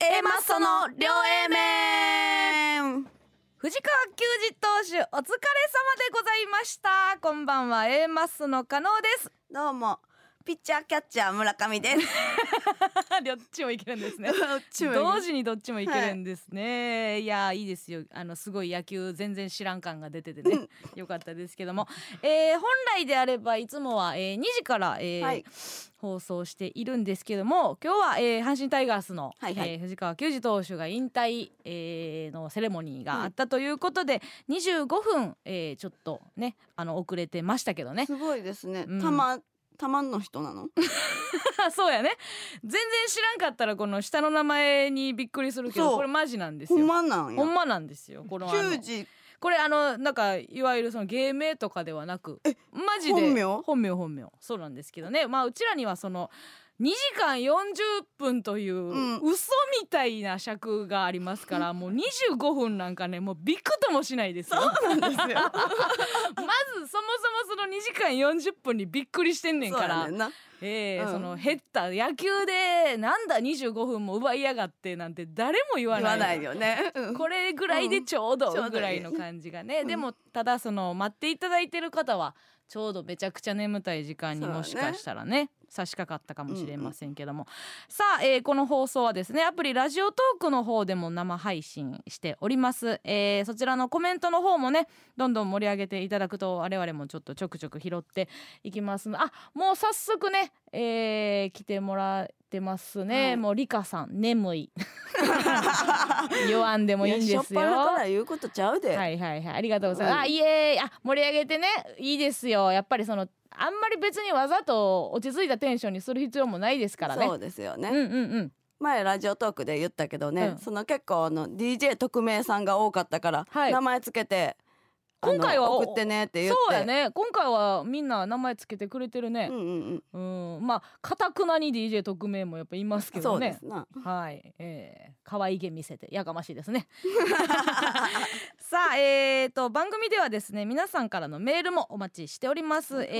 A マッソの両 A 面藤川球児投手お疲れ様でございましたこんばんは A マッソの加納 ですどうもピッチャーキャッチャー村上です どっちもいけるんですねどっちもいい同時にどっちもいけるんですね、い、やいいですよあのすごい野球全然知らん感が出ててねよかったですけども、えー本来であればいつもは、えー2時から、えーはい放送しているんですけども今日は、えー阪神タイガースの、はいはいえー藤川球児投手が引退、えーのセレモニーがあったということで、25分、えーちょっとねあの遅れてましたけど ねすごいですね、うんたまたまんの人なのあそうやね全然知らんかったらこの下の名前にびっくりするけそどうこれマジなんですほんよ。まなんやほんまなんですよこのあの球児これあのなんかいわゆるその芸名とかではなくマジで本名本名本名そうなんですけどねまあうちらにはその2時間40分という、ん嘘みたいな尺がありま すからもう25分なんかねもうびくともしないですよそうなんですよまずそもそもその2時間40分にびっくりしてんね んそうかやらねんなええうんその減った野球でなんだ25分も奪いやがってなんて誰も言わ言ないわないよね、うんこれぐらいでちょうどうんちょうどいいぐらいの感じがね、うんでもただその待っていただいてる方はちょうどめちゃくちゃ眠たい時間にそうだねもしかしたらね差し掛かったかもしれませんけども、さあ、えーこの放送はですねアプリラジオトークの方でも生配信しております、えーそちらのコメントの方もねどんどん盛り上げていただくと我々もちょっとちょくちょく拾っていきますのあもう早速ね、えー来てもらってますね、うんもうリカさん眠い 言わんでもいいんいやですよしょっぱなから言うことちゃうで、はいはいはいありがとうございます、うんあいえいえあ盛り上げてねいいですよやっぱりそのあんまり別にわざと落ち着いたテンションにする必要もないですからねそうですよね、うんうんうん前ラジオトークで言ったけどね、うんその結構あの DJ 特命さんが多かったから、はい名前つけてあの今回は送ってねって言ってそうやね今回はみんな名前つけてくれてるねうんうんうん、まあかたくなに DJ 特命もやっぱいますうけんそどうでねすなはい、えー、可愛げ見せてやかましいで すねさあえー、と番組ではですね皆さんからのメールもお待ちしております、はいえ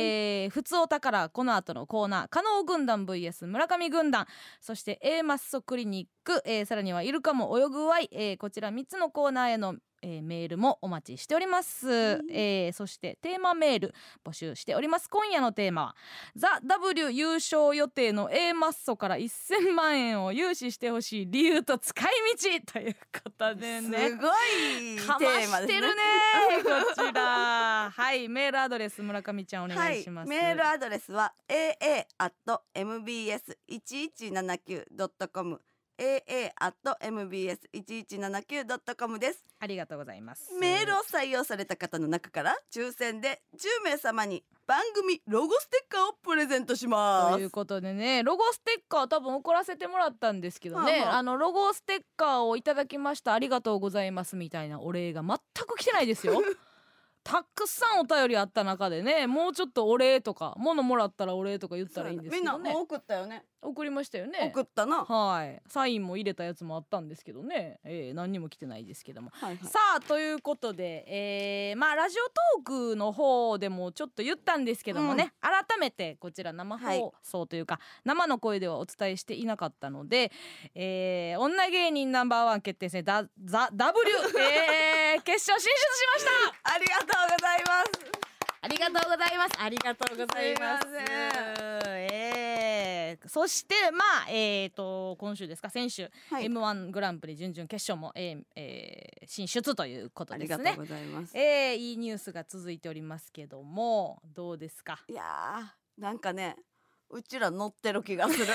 ー、ふつおたからこの後のコーナー加納軍団 vs 村上軍団そして A マッソクリニック、えー、さらにはイルカも泳ぐわい、えー、こちら3つのコーナーへのえー、メールもお待ちしております、えー、そしてテーマメール募集しております今夜のテーマはザ・ W 優勝予定の A マッソから1000万円を融資してほしい理由と使い道ということですね。ごいかテまーマしですてね るねこちらはいメールアドレス村上ちゃんおは願いいします、メールアドレスは aa mbs 一一七九ドットコム aa mbs 一一七九ドットコムです。ありがとうございますメールを採用された方の中から抽選で10名様に番組ロゴステッカーをプレゼントしまというす。ことでねロゴステッカー多分送らせてもらったんですけどはね、あはああのロゴステッカーをいただきましたありがとうございますみたいなお礼が全く来てない ですよたくさんお便りあった中でねもうちょっとお礼とか物もらったらお礼とか言ったらいいんですみけんなどねもう送ったよね。送りましたよね送ったな。ははいサインも入れたやつもあったんですけどね、えー何にも来てないですけどもいはい。さあということで、えーまあラジオトークの方でもちょっと言ったんですけどもね、改めてこちら生放送というか、生の声ではお伝えしていなかったので、えー女芸人ナンバーワン決定戦だザ W、えー、 決勝進出しましたありがとうございます。ありがとうございます。ありがとうございますすいま。えーそしてまあえっ、と今週ですか先週、はい M1 グランプリ準々決勝も、えーえー進出ということあでりがすとねう。ございます。えーいいニュースが続いておりますけどもどうですか。いやーなんかねうちら乗ってる気がする。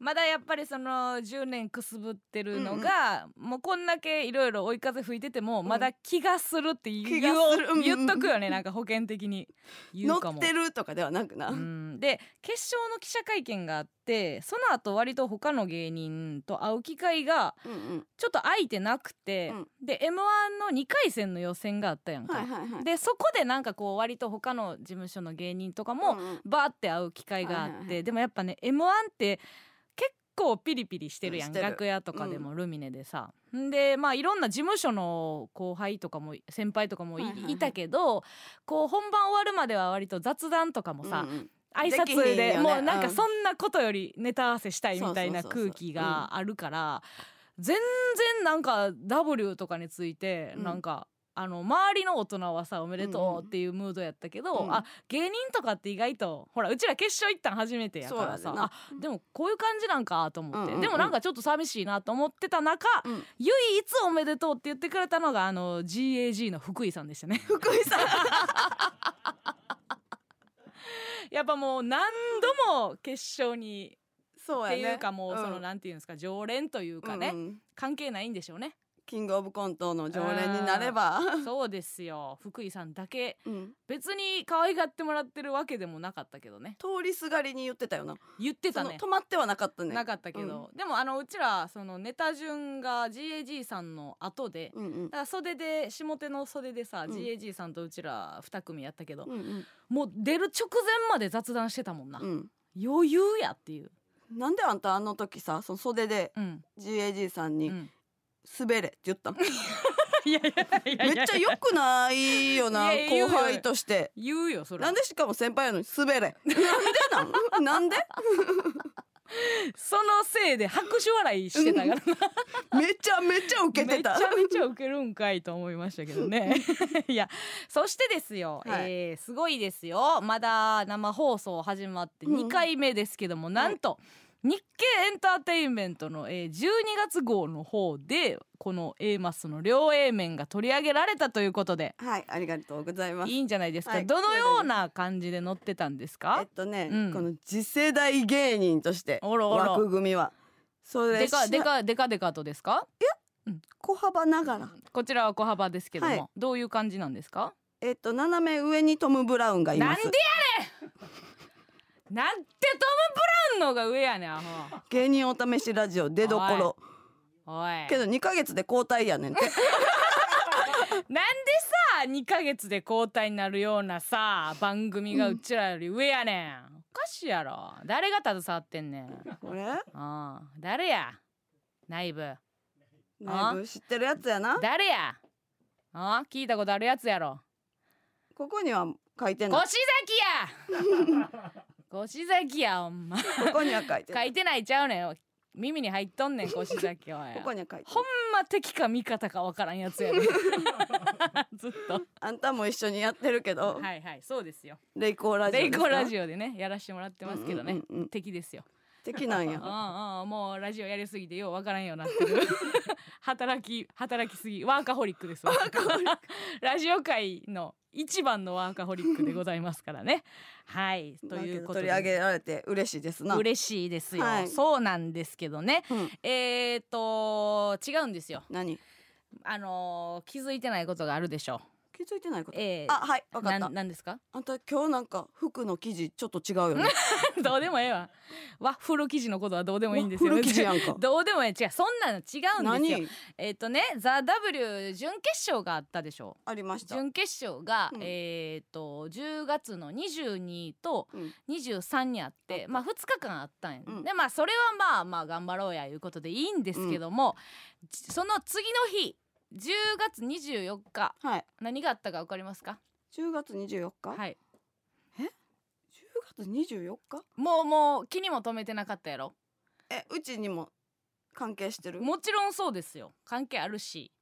まだやっぱりその10年くすぶってるのが、もうこんだけいろいろ追い風吹いてても、んまだ気がするって 言気うがするうん言っとくよねなんか保険的に言乗うかっも。てるとかではなくな。うん、で決勝の記者会見があってその後割と他の芸人と会う機会がうんうん。ちょっと空いてなくて、で m 1の2回戦の予選があったやんか、はいはいはい。でそこでなんかこう割と他の事務所の芸人とかもうんうんバーって会う機会があって、はいはいはでもやっぱね m 1って結構ピリピリしてるやうんんしてる楽屋とかでもルミネでさ、ん、でまあいろんな事務所の後輩とかも先輩とかもい,、はいいはいはいたけどこう本番終わるまでは割と雑談とかもさ、うんうん挨で拶きひんよでねもうなんかうんそんなことよりネタ合わせしたいみたいなそうそうそうそう空気があるから全然なんか W とかについてうんなんか、あの周りの大人はさおめでとうっていうムードやったけど、うんあ芸人とかって意外とほらうちら決勝行ったん初めてやからさあでもこういう感じなんかと思って、うんうんうんでもなんかちょっと寂しいなと思ってた中、うん唯一おめでとうって言ってくれたのがあの GAG の福井さんでしたね福井さん やっぱもう何度も決勝にそっうやてねいうかもうそのんなんていうんですか常連というかうねんうん関係ないんでしょうねキングオブコントの常連になればそうですよ福井さんだけうん別に可愛がってもらってるわけでもなかったけどね通りすがりに言ってたよな言ってそたのね止まってはなかったねなかったけど、でもあのうちらそのネタ順が GAG さんの後で、うんうんだから袖で下手の袖でさ、うん GAG さんとうちら2組やったけど、うんもう出る直前まで雑談してたもんな、うんうん余裕やっていう、なんであんたあの時さその袖でうん GAG さんうにん、滑れって言ったのいやいやいやいやめっちゃ良くないよないやいや言う後輩として言うよそれはなんでしかも先輩やのに 滑れなんでなんなんでそのせいで拍手笑いしてたからなめちゃめちゃ受けてためちゃめちゃウケるんかいと思いましたけど ねいやそしてですよ、はいえーすごいですよまだ生放送始まってうん2回目ですけども、なんと、日経エンターテインメントの、えー12月号の方でこの A マスの両 A 面が取り上げられたということではいありがとうございますいいんじゃないですか、はいどのような感じで載ってたんですえっかとね、うんこの次世代芸人としておろおろ枠組みはそれでかしでかでかでかとですか小幅ながらこちらは小幅ですけども、はいどういう感じなんですかえっと斜め上にトム・ブラウンがいますなんでなんて トム・ブラウンのが上やねんアホ芸人お試しラジオ出どころおいけど2ヶ月で交代やねん てなんでさ2ヶ月で交代になるようなさ番組がうちらより上やねん、おかしいやろ誰が携わってんねんこれああ誰や内部内部知ってるやつやな誰やああ聞いたことあるやつやろここには書いて越ない崎や越崎やほんまここには書いて書ないいてないちゃうねん耳に入っとんねん越崎おいここには書いてほなんいま敵か味方かわからんやつ やねんずっとあんたも一緒にやってるけど はいはいそうですよレイコーラジオレイコーラオジオでねやらしてもらってますけどね、うんうんうん敵ですよ的なんやああもうラジオやりすぎてようわからんようになっ てる働き働きすぎワーカホリックですワーカホリック ラジオ界の一番のワーカホリックでございますからねはい ということ取り上でげられて嬉しいですな嬉しいですよ、はいそうなんですけどねうんえー、と違うんですよ何あのー気づいてないことがあるでしょ気づいてないことえーあはいわかっなたんなんですかあんた今日なんか服の生地ちょっと違うよね どうでもええわワッフル生地のことはどうでもいいんですよ古生地やんかどうでもええ違うそんなの違うんですよ何えっ、とね「ザ・ w 準決勝があったでしょありました準決勝が、うんえっ、と10月の22とうん23にあって、まあ2日間あったんや、うんでまあそれはまあまあ頑張ろうやいうことでいいんですけども、じその次の日10月24日はい何があったか分かりますか10月24日10はい月24日もうもう気にも留めてなかったやろえうちにも関係してるもちろんそうですよ関係あるし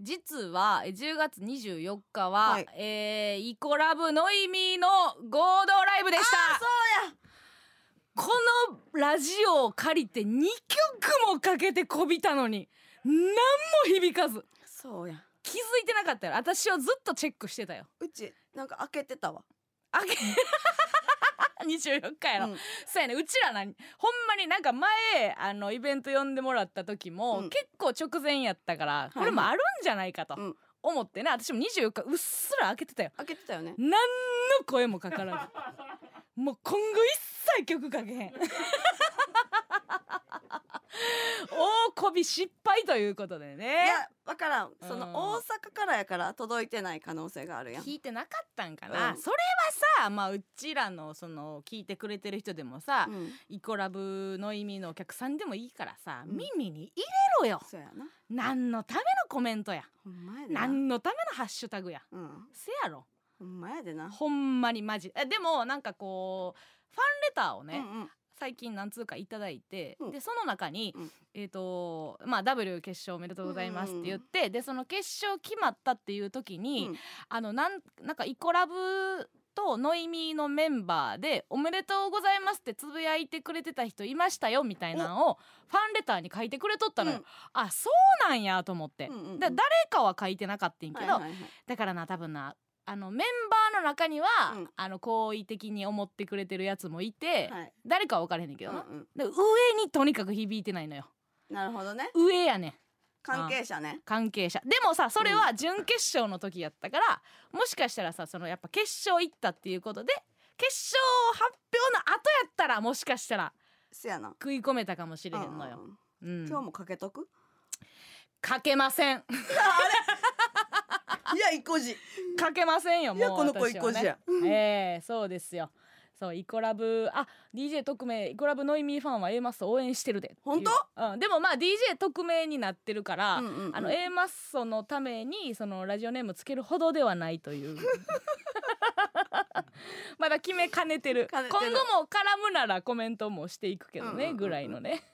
実はえ10月24日は、はいえーイコラブノイミーの合同ライブでしたこのラジオを借りて2曲もかけてこびたのに何も響かずそうや気づいてなかったよ私はずっとチェックしてたようちなんか開けてたわあけ24日やろ、うんそうやねうちらなほんまになんか前あのイベント呼んでもらった時も、うん結構直前やったからこれもあるんじゃないかとうん思ってね、私も24日うっすら開けてたよ開けてたよね何の声もかから ずもう今後一切曲かけへん 大こび失敗ということでいねやわからんそのうん大阪からやから届いてない可能性があるやん聞いてなかったんかな、うんそれはさまあうちらのその聞いてくれてる人でもさ、うんイコラブの意味のお客さんでもいいからさ、うん耳に入れろよそうやな何のためのコメントやほんまやな何のためのハッシュタグやうんせやろほんまやでな。ほんまにマジえでもなんかこうファンレターをね、うんうん最近何通かいただいて、うんでその中に、うんえっ、とまあ W 決勝おめでとうございますって言って、でその決勝決まったっていう時に、うんあのなんなんかイコラブとノイミーのメンバーで「おめでとうございます」ってつぶやいてくれてた人いましたよみたいなのをファンレターに書いてくれとったのよ、うんあそうなんやと思って、うんうんうんだ誰かは書いてなかったんやけど、はいはいはいだからな多分なあのメンバーの中には、うんあの好意的に思ってくれてるやつもいて、はい誰かは分からへんねんけどな、うんうんで上にとにかく響いてないのよなるほどね。上やねん関係者ね。関係者でもさそれは準決勝の時やったから、もしかしたらさそのやっぱ決勝行ったっていうことで決勝発表の後やったらもしかしたらせやな。食い込めたかもしれへんのうよ、んうんうんうん今日もかけとく。かけませんいや、一個字。いかけませんよもうや、この子私一は個ね字や。ええそうですよ。そうイコラブあ DJ 特命イコラブノイミーファンは A マッソ応援してるでっていう本うん、でもまあ DJ 特命になってるから、うんうんうんあの A マッソのためにそのラジオネームつけるほどではないと いうまだ決めかねてるかねてる今後も絡むならコメントもしていくけどね、うんうんうんぐらいのね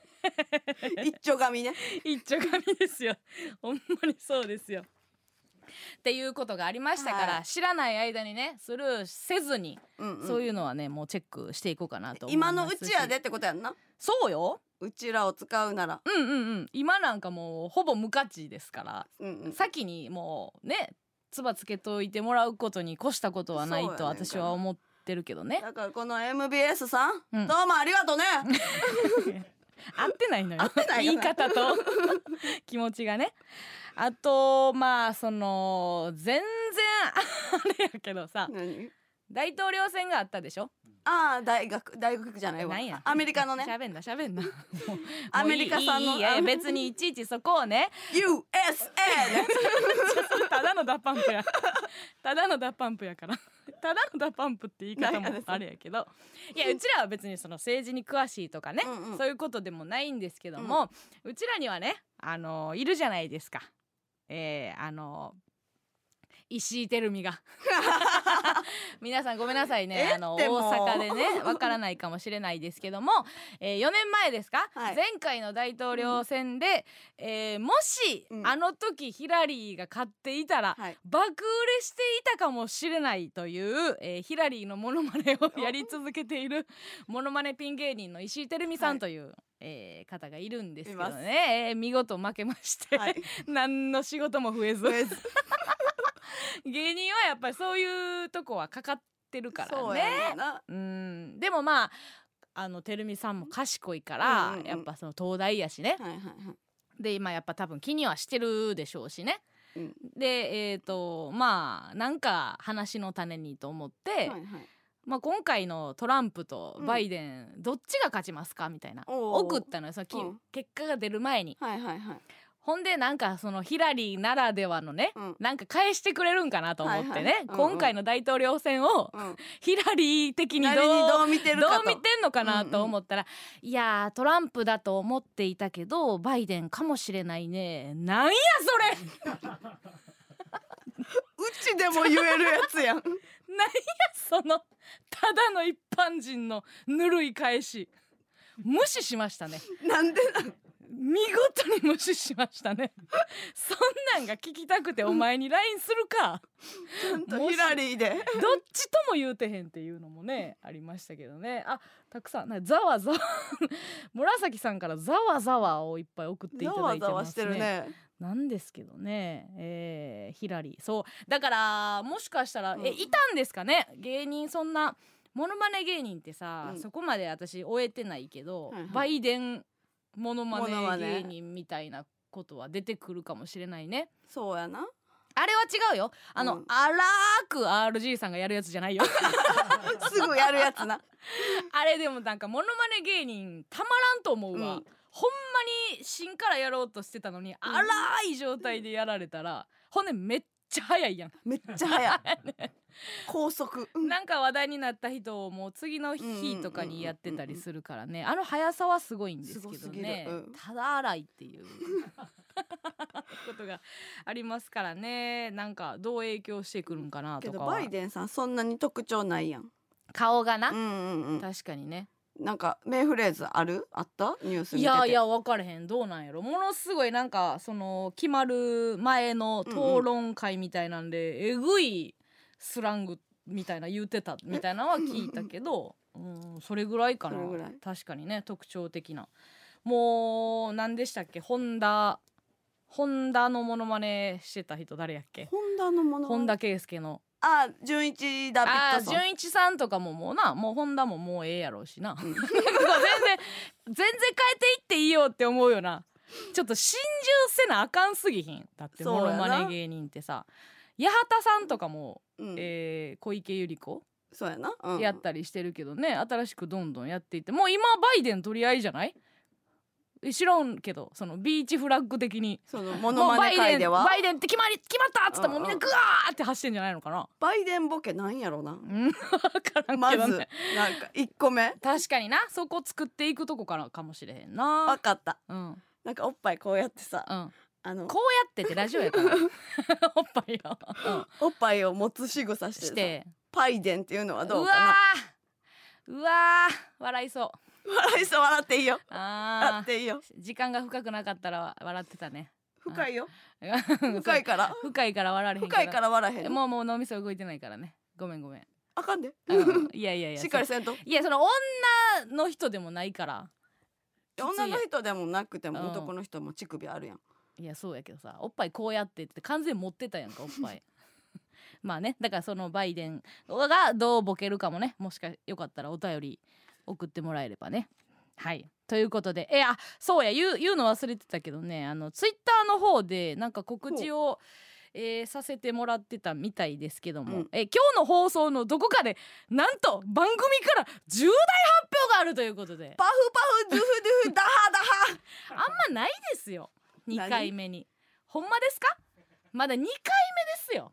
一丁紙ね。一丁紙ですよ ほんまにそうですよっていうことがありましたから、はい知らない間にねスルーせずにうんうんそういうのはねもうチェックしていこうかなと思いま今すのうちやでってことやんな。そうようちらを使うなら。うんうんうん今なんかもうほぼ無価値ですから、うんうん。先にもうねつばつけといてもらうことに越したことはないそうとやねんから私は思ってるけどねだからこの MBS さん、うんどうもありが とうね。合ってないのよてないよ言い方と 気持ちがねあとまあその全然あれやけどさ何大統領選があったでしょああ大学大学じゃないわなんや。アメリカの ね喋んな喋 んな。もうもういいアメリカさんのいいいいいやいや別にいちいちそこをね。 USA ね。ただのダパンプや。 ただのダパンプやから。ただのダパンプって言い方もあれやけど。いやうちらは別にその政治に詳しいとかね、うんうんそういうことでもないんですけども、うちらにはねあのいるじゃないですか。えー、あの石井てるみが皆さんごめんなさいねえあのって大もう阪でねわからないかもしれないですけども、えー、4年前ですか、はい前回の大統領選で、えーもし、うんあの時ヒラリーが勝っていたら、はい。爆売れしていたかもしれないという、えーヒラリーのモノマネをやり続けているモノマネピン芸人の石井てるみさはんいという、えー方がいるんですけいどますね、えー見事負けまし て、はい 何の仕事も増えずとりあえず芸人はやっぱりそういうとこはかかってるからね。そうやねんな。うんでもまああのてるみさんも賢いから、うんうんうんやっぱその東大やしねはいはいはい。で今やっぱ多分気にはしてるでしょうしねうんでえっ、とまあなんか話の種にと思って、はいはい。まあ、今回のトランプとバイデン、どっちが勝ちますかみたいなおー送ったのよそのきうん結果が出る前にはいはいはい。ほんでなんかそのヒラリーならではのね、うんなんか返してくれるんかなと思っはてね、いはいうんうん今回の大統領選をうん。ヒラリー的にどう誰にどう見てるどうかと。見てんのかなと思ったら、いやートランプだと思っていたけどバイデンかもしれないねなんやそれうちでも言えるやつ やん。なんやそのただの一般人のぬるい返し無視しましたねなんでなん。見事に無視しましたねそんなんが聞きたくてお前に LINE するかちゃんとヒラリーで。どっちとも言うてへんっていうのもねありましたけどねあたくさんなざわざわ紫さんからざわざわをいっぱい送っていざただわいてますねざわしてるね。なんですけどね、えーヒラリーそうだからもしかしたら、うんえいたんですかね芸人そんなモノマネ芸人ってさ、うんそこまで私終えてないけど、はいはいバイデンモノマモノマネネ芸人みたいなことは出てくるかもしれないねそうやな。あれは違うよあの、うん荒く RG さんがやるやつじゃないよ すぐやるやつな。あれでもなんかモノマネ芸人たまらんと思うわ、うんほんまに芯からやろうとしてたのに荒い状態でやられたらほんでめっちゃ早いやんめっちゃ 早い。高速。うんなんか話題になった人をもう次の日とかにやってたりするからねあの速さはすごいんですけどすごすぎるねうんただ荒いっていうことがありますからねなんかどう影響してくるんかなけとどかバはイデンさんそんなに特徴ないやん顔がな、うんうんうん確かにねなんか名フレーズあるあったニュース見てていやいや分かれへんどうなんやろものすごいなんかその決まる前の討論会みたいなんで、えぐいスラングみたいな言うてたみたいなのは聞いたけど、うん、それぐらいかなそれぐらい確かにね特徴的なもう何でしたっけホンダホンダのモノマネしてた人誰やっけホンダのもの本田圭佑のあ純一ダビあッあドソン純一さんとかももうなもう本田ももうええやろうしな 全然全然変えていっていいよって思うよなちょっと心中せなあかんすぎひんだってそうモやノなマネ芸人ってさ八幡さんとかも、うんえー小池百合そうやな、う子んやったりしてるけどね、新しくどんどんやっていってもう今バイデン取り合いじゃないえ知らんけどそのビーチフラッグ的にそのモもノうマバネイデ界ンではバイデンって決まり決まったっつったらもうみんうんなうんグワーって走ってんじゃないのかな、バイデンボケなんやろなうん、 分からんまけずどなんね、か一個目確かになそこ作っていくとこからかもしれへんなわかったうんうんなんかおっぱいこうやってさこあのうやってってラジオやから おっぱいを、おっぱいを持つ仕草うんしてしさてパイデンっていうのはどうかうなわーうわー笑いそう笑いそう笑っていいよ笑あっーていいよ時間が深くなかったら笑ってたね深いよ深深いから 深いから笑われへん深いから笑えへんもうもう脳みそ動いてないからねごめんごめんあかんで うんいやいやいやしっかりせんといやその女の人でもないから女の人でもなくてうんも男の人も乳首あるやんいやそうやけどさおっぱいこうやってって完全に持ってたやんかおっぱい まあねだからそのバイデンがどうボケるかもねもしかよかったらお便り送ってもらえればねはいということでえあそうや言う言うの忘れてたけどねあのツイッターの方でなんか告知を、えーさせてもらってたみたいですけども、うんえ今日の放送のどこかでなんと番組から重大発表があるということでパフパフドゥフドゥフダハダハあんまないですよ2回目にほんまですかまだ2回目ですよ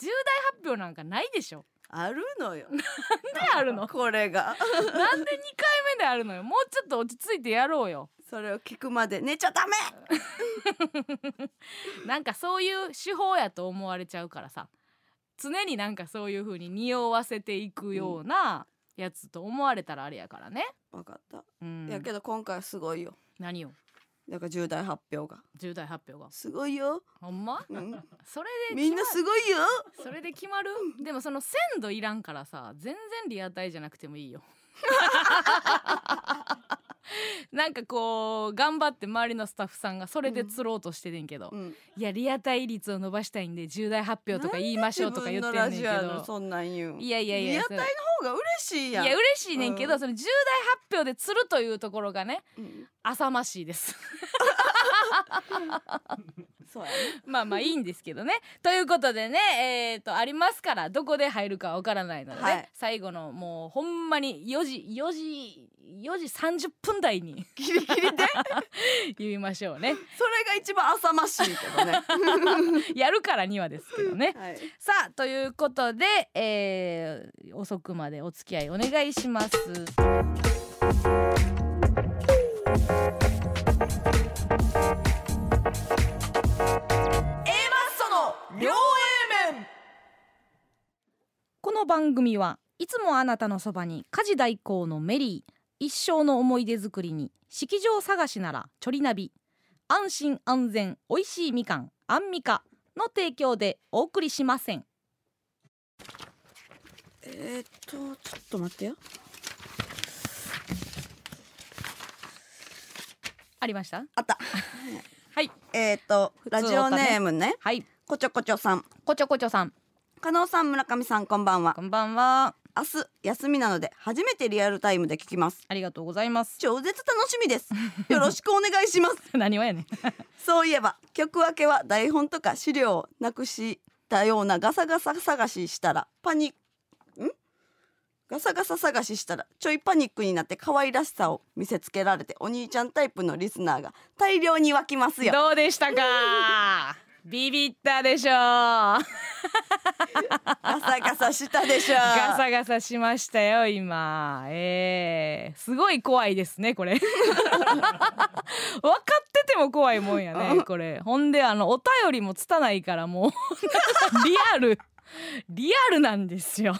重大発表なんかないでしょあるのよなんで あるのこれがなんで2回目であるのよもうちょっと落ち着いてやろうよそれを聞くまで寝ちゃダメなんかそういう手法やと思われちゃうからさ常になんかそういう風に匂わせていくようなやつと思われたらあれやからねわかったうんいやけど今回すごいよ何よなんか重大発表が重大発表がすごいよ、ほんま うん、それでみんな決ますごいよそれで決まるでもその鮮度いらんからさ全然リアタイじゃなくても いいよなんかこう頑張って周りのスタッフさんがそれで釣ろうとしててんけど、うんいやリアタイ率を伸ばしたいんで重大発表とか言いましょうとか言ってんねんけ自分のラジオやのどそんなん言うんいやいやいやリアそタイれの方が嬉しいいややん嬉しいねんけど、うんその重大発表で釣るというところがねうん浅ましいですそうやねまあまあいいんですけどね。ということでね、えー、とありますからどこで入るかわからないので、はい最後のもうほんまに4時4時4時30分台に ギリギリでそれ 言いましょうね。が一番浅ましいけど ねやるからにはですけどね。はいさあということで、えー遅くまでお付き合いお願いします。 A マッソの両 A 面この番組はいつもあなたのそばに家事代行のメリー一生の思い出作りに式場探しならチョリナビ安心安全おいしいみかんアンミカの提供でお送りしませんえー、っとちょっと待ってよありましたあったはいえー、っと普通ラジオネームねはいこちょこちょさんこちょこちょさん加納さん村上さんこんばんはこんばんは明日休みなので初めてリアルタイムで聞きますありがとうございます超絶楽しみですよろしくお願いします 何はやねんそういえば曲分けは台本とか資料をなくしたようなガサガサ探ししたらパニックんガサガサ探ししたらちょいパニックになって可愛らしさを見せつけられてお兄ちゃんタイプのリスナーが大量に湧きますよどうでした かビビったでしょうガサガサしたでしょガサガサしましたよ今 えー、すごい怖いですねこれ分かっててもも怖いもんやねこれほんであのお便りもつたないからもう リアルリアルなんですよ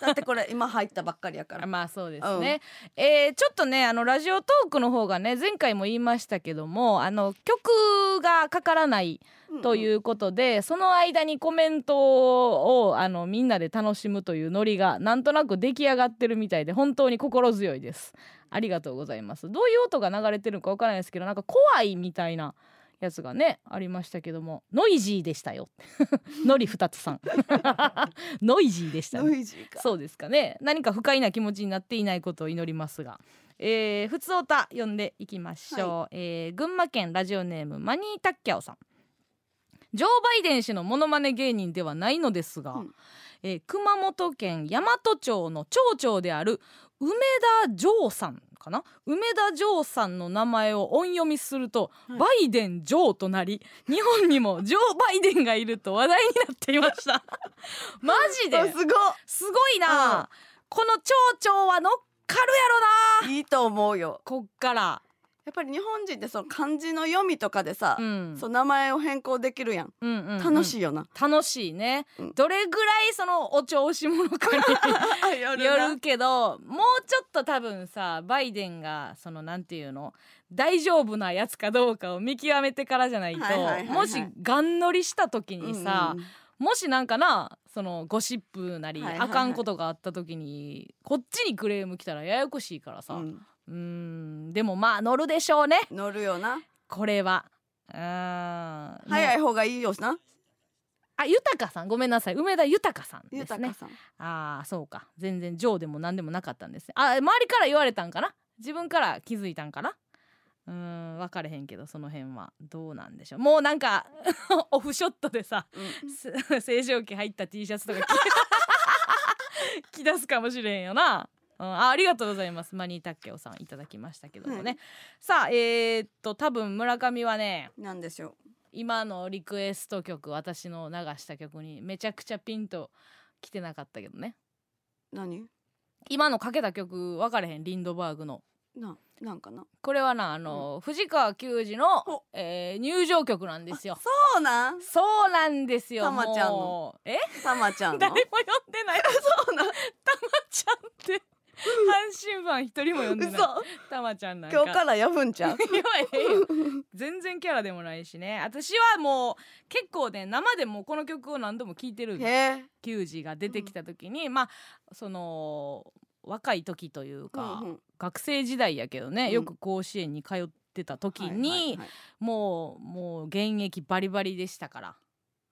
だってこれ今入ったばっかりやから まあそうですね、えーちょっとねあのラジオトークの方がね前回も言いましたけどもあの曲がかからないとういうことで、その間にコメントをあのみんなで楽しむというノリがなんとなく出来上がってるみたいで本当に心強いですありがとうございますどういう音が流れてるのかわからないですけどなんか怖いみたいなやつがねありましたけどもノイジーでしたよ ノリ二つさん ノイジーでしたんねうんノイジーかそうですかね何か不快な気持ちになっていないことを祈りますが、えー、普通おた読んでいきましょう、えー群馬県ラジオネームマニータッキャオさんジョー・バイデン氏のモノマネ芸人ではないのですが、うんえー熊本県大和町の町長である梅田城さんかな梅田城さんの名前を音読みすると、はいバイデン城となり日本にもジョー・バイデンがいると話題になっていました マジあですごすごいな、うんこの町長は乗っかるやろないいいと思うよこっからやっぱり日本人ってその漢字の読みとかでさ、うんそう名前を変更できるやん、うんうんうん楽しいいよな、楽しいね、うんどれぐらいそのお調子者かあ 夜によるけどもうちょっと多分さバイデンがそのなんていうの大丈夫なやつかどうかを見極めてからじゃないと、はいはいはいはいもしがん乗りした時にさ、もしなんかなそのゴシップなり、はいはいはいあかんことがあった時にこっちにクレーム来たらややこしいからさ、うんうんうーんでもまあ乗るでしょうね乗るよなこれはうーん早もうい方がいいよな、あ豊さんごめんなさい梅田豊さんゆでたすかねさんああそうか全然上でも何でもなかったんですねあ周りから言われたんかな自分から気づいたんかなうーん分かれへんけどその辺はどうなんでしょうもうなんか オフショットでさうんす 清浄機入った T シャツとか着 着出すかもしれんよな、うん、あありがとうございますマニータッケオさんいただきましたけどもね、はさあえーっと多分村上はねなんでしょ今のリクエスト曲私の流した曲にめちゃくちゃピンと来てなかったけどねう何今のかけた曲分かれへんリンドバーグのななんかなこれはなあの、藤川球児のお、えー入場曲なんですよそうなんそうなんですよたまちゃんのもうえたまちゃん 誰のも呼んでないそうなたまちゃんって阪神ファン一人も呼んでない嘘たまちゃんなんか今日からやぶんち ゃういやいやいや全然キャラでもないしね私はもう結構ね生でもうこの曲を何度も聴いてるへえ球児が出てきた時に、まあその若い時というか、うんうん学生時代やけどね、うんよく甲子園に通ってた時に、はいはいはいもうもう現役バリバリでしたから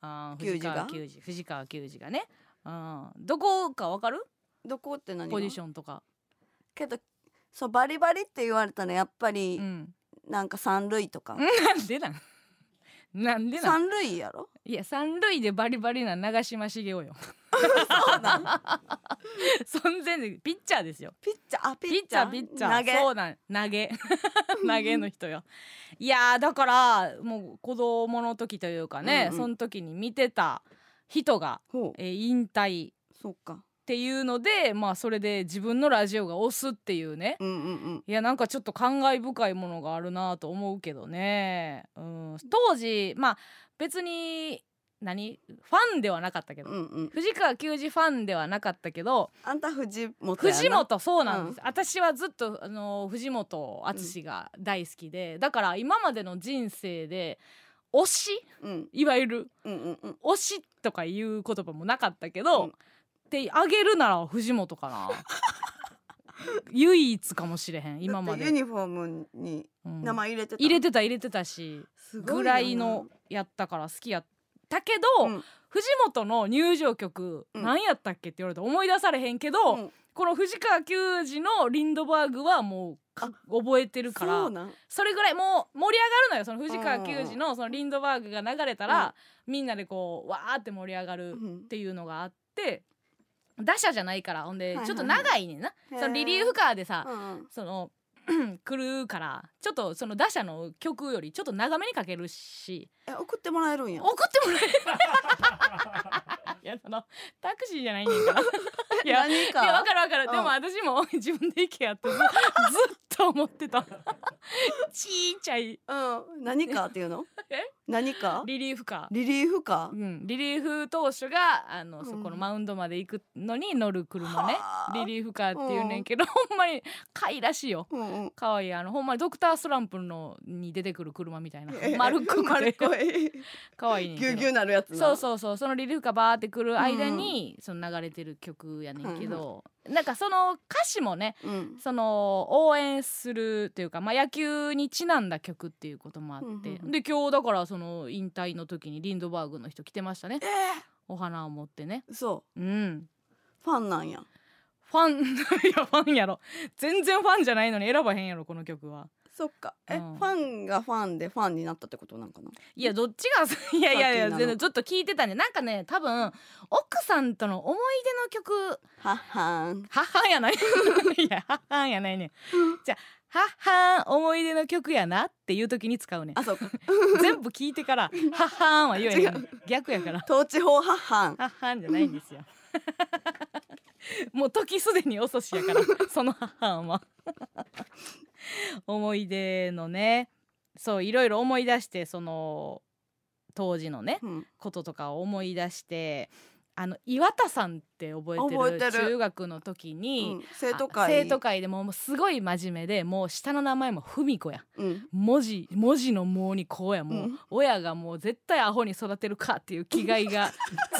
あー球藤児川が球児藤川球児がね、うん、どこかわかるどこって何がポジションとか、けどそうバリバリって言われたらやっぱり、うん、 なんか三類とかなんでなんなんでなん 三類やろいや三塁でバリバリな長嶋茂雄よ 存在でピッチャーですよピッチャーあピピッチャーピッチャー投げそうなん 投げ投げの人よいやーだからもう子供の時というかね、うんうんその時に見てた人が、ほうえー引退っそうかていうのでまあそれで自分のラジオが押すっていうね、うんうんうんいやなんかちょっと感慨深いものがあるなと思うけどね、うん、当時まあ別に何ファンではなかったけど、うんうん藤川球児ファンではなかったけどあんた藤本やな藤本そうなんです、私はずっと、あのー藤本敦が大好きで、だから今までの人生で推しうんいわゆるうんうんうん推しとかいう言葉もなかったけど、うんってあげるなら藤本 かな唯一かもしれへん今まだってユで、ニフォームにうん名前入れてた、入れてた入れてたしすごぐいならいのやったから好きやったけど、うん藤本の入場曲、うん何やったっけって言われて思い出されへんけど、うんこの藤川球児のリンドバーグはもうか覚えてるかそうらなんそれぐらいもう盛り上がるのよその藤川球児のそのリンドバーグが流れたら、みんなでこうわーって盛り上がうるんっていうのがあって打者じゃないからほんはいではいちょっと長いねんな、そのリリーフカーでさ、うんうんその 来るからちょっとその打者の曲よりちょっと長めにかけるしえ送ってもらえるんや送ってもらえ いやそのタクシーじゃないねん から。いや何いやわかかるわかる、うんでも私も 自分で行けやってずずっと思ってた ちっちゃいうん何かっていうの え何かリリーフカーリリーフかうん、リリーフ投手があの、うんそこのマウンドまで行くのに乗る車ねはあリリーフカーっていうねんけど、ほんまにかいらしいようんうんかわいいあのほんまにドクタースランプのに出てくる車みたいなええ 丸っこく 丸ってこいかわいいねんぎゅけうどぎゅうなるやつなそうそうそうそのリリーフがバーってくる間に、その流れてる曲やねんけど、なんかその歌詞もねうんその応援するというか、まあ、野球にちなんだ曲っていうこともあって、うんうんうんで今日だからその引退の時にリンドバーグの人来てましたねえお花を持ってねーそううんファンなんやファン いやファンやろ全然ファンじゃないのに選ばへんやろこの曲はそっかえうフんァンがファンでファンになったってことなんかないやどっちが いやいやいさっきやなの全然ずっと聞いてたねなんかね多分奥さんとの思い出の曲はっはーん母や ないいや母やないねじゃあ母思い出の曲やなっていう時に使うねあそうか全部聞いてから「はっはん」は言えへん逆やから統治法はっはーん 「はっはん」じゃないんですよもう時すでに遅しやからその「はっはん」は思い出のねそういろいろ思い出してその当時のねうんこととかを思い出してあの岩田さんって覚えてる覚えてる中学の時うに、ん生徒会あ生徒会でもうすごい真面目でもう下の名前も文子やうん文字文字の「もう」に「こう」やもう、うん親がもう絶対アホに育てるかっていう気概 が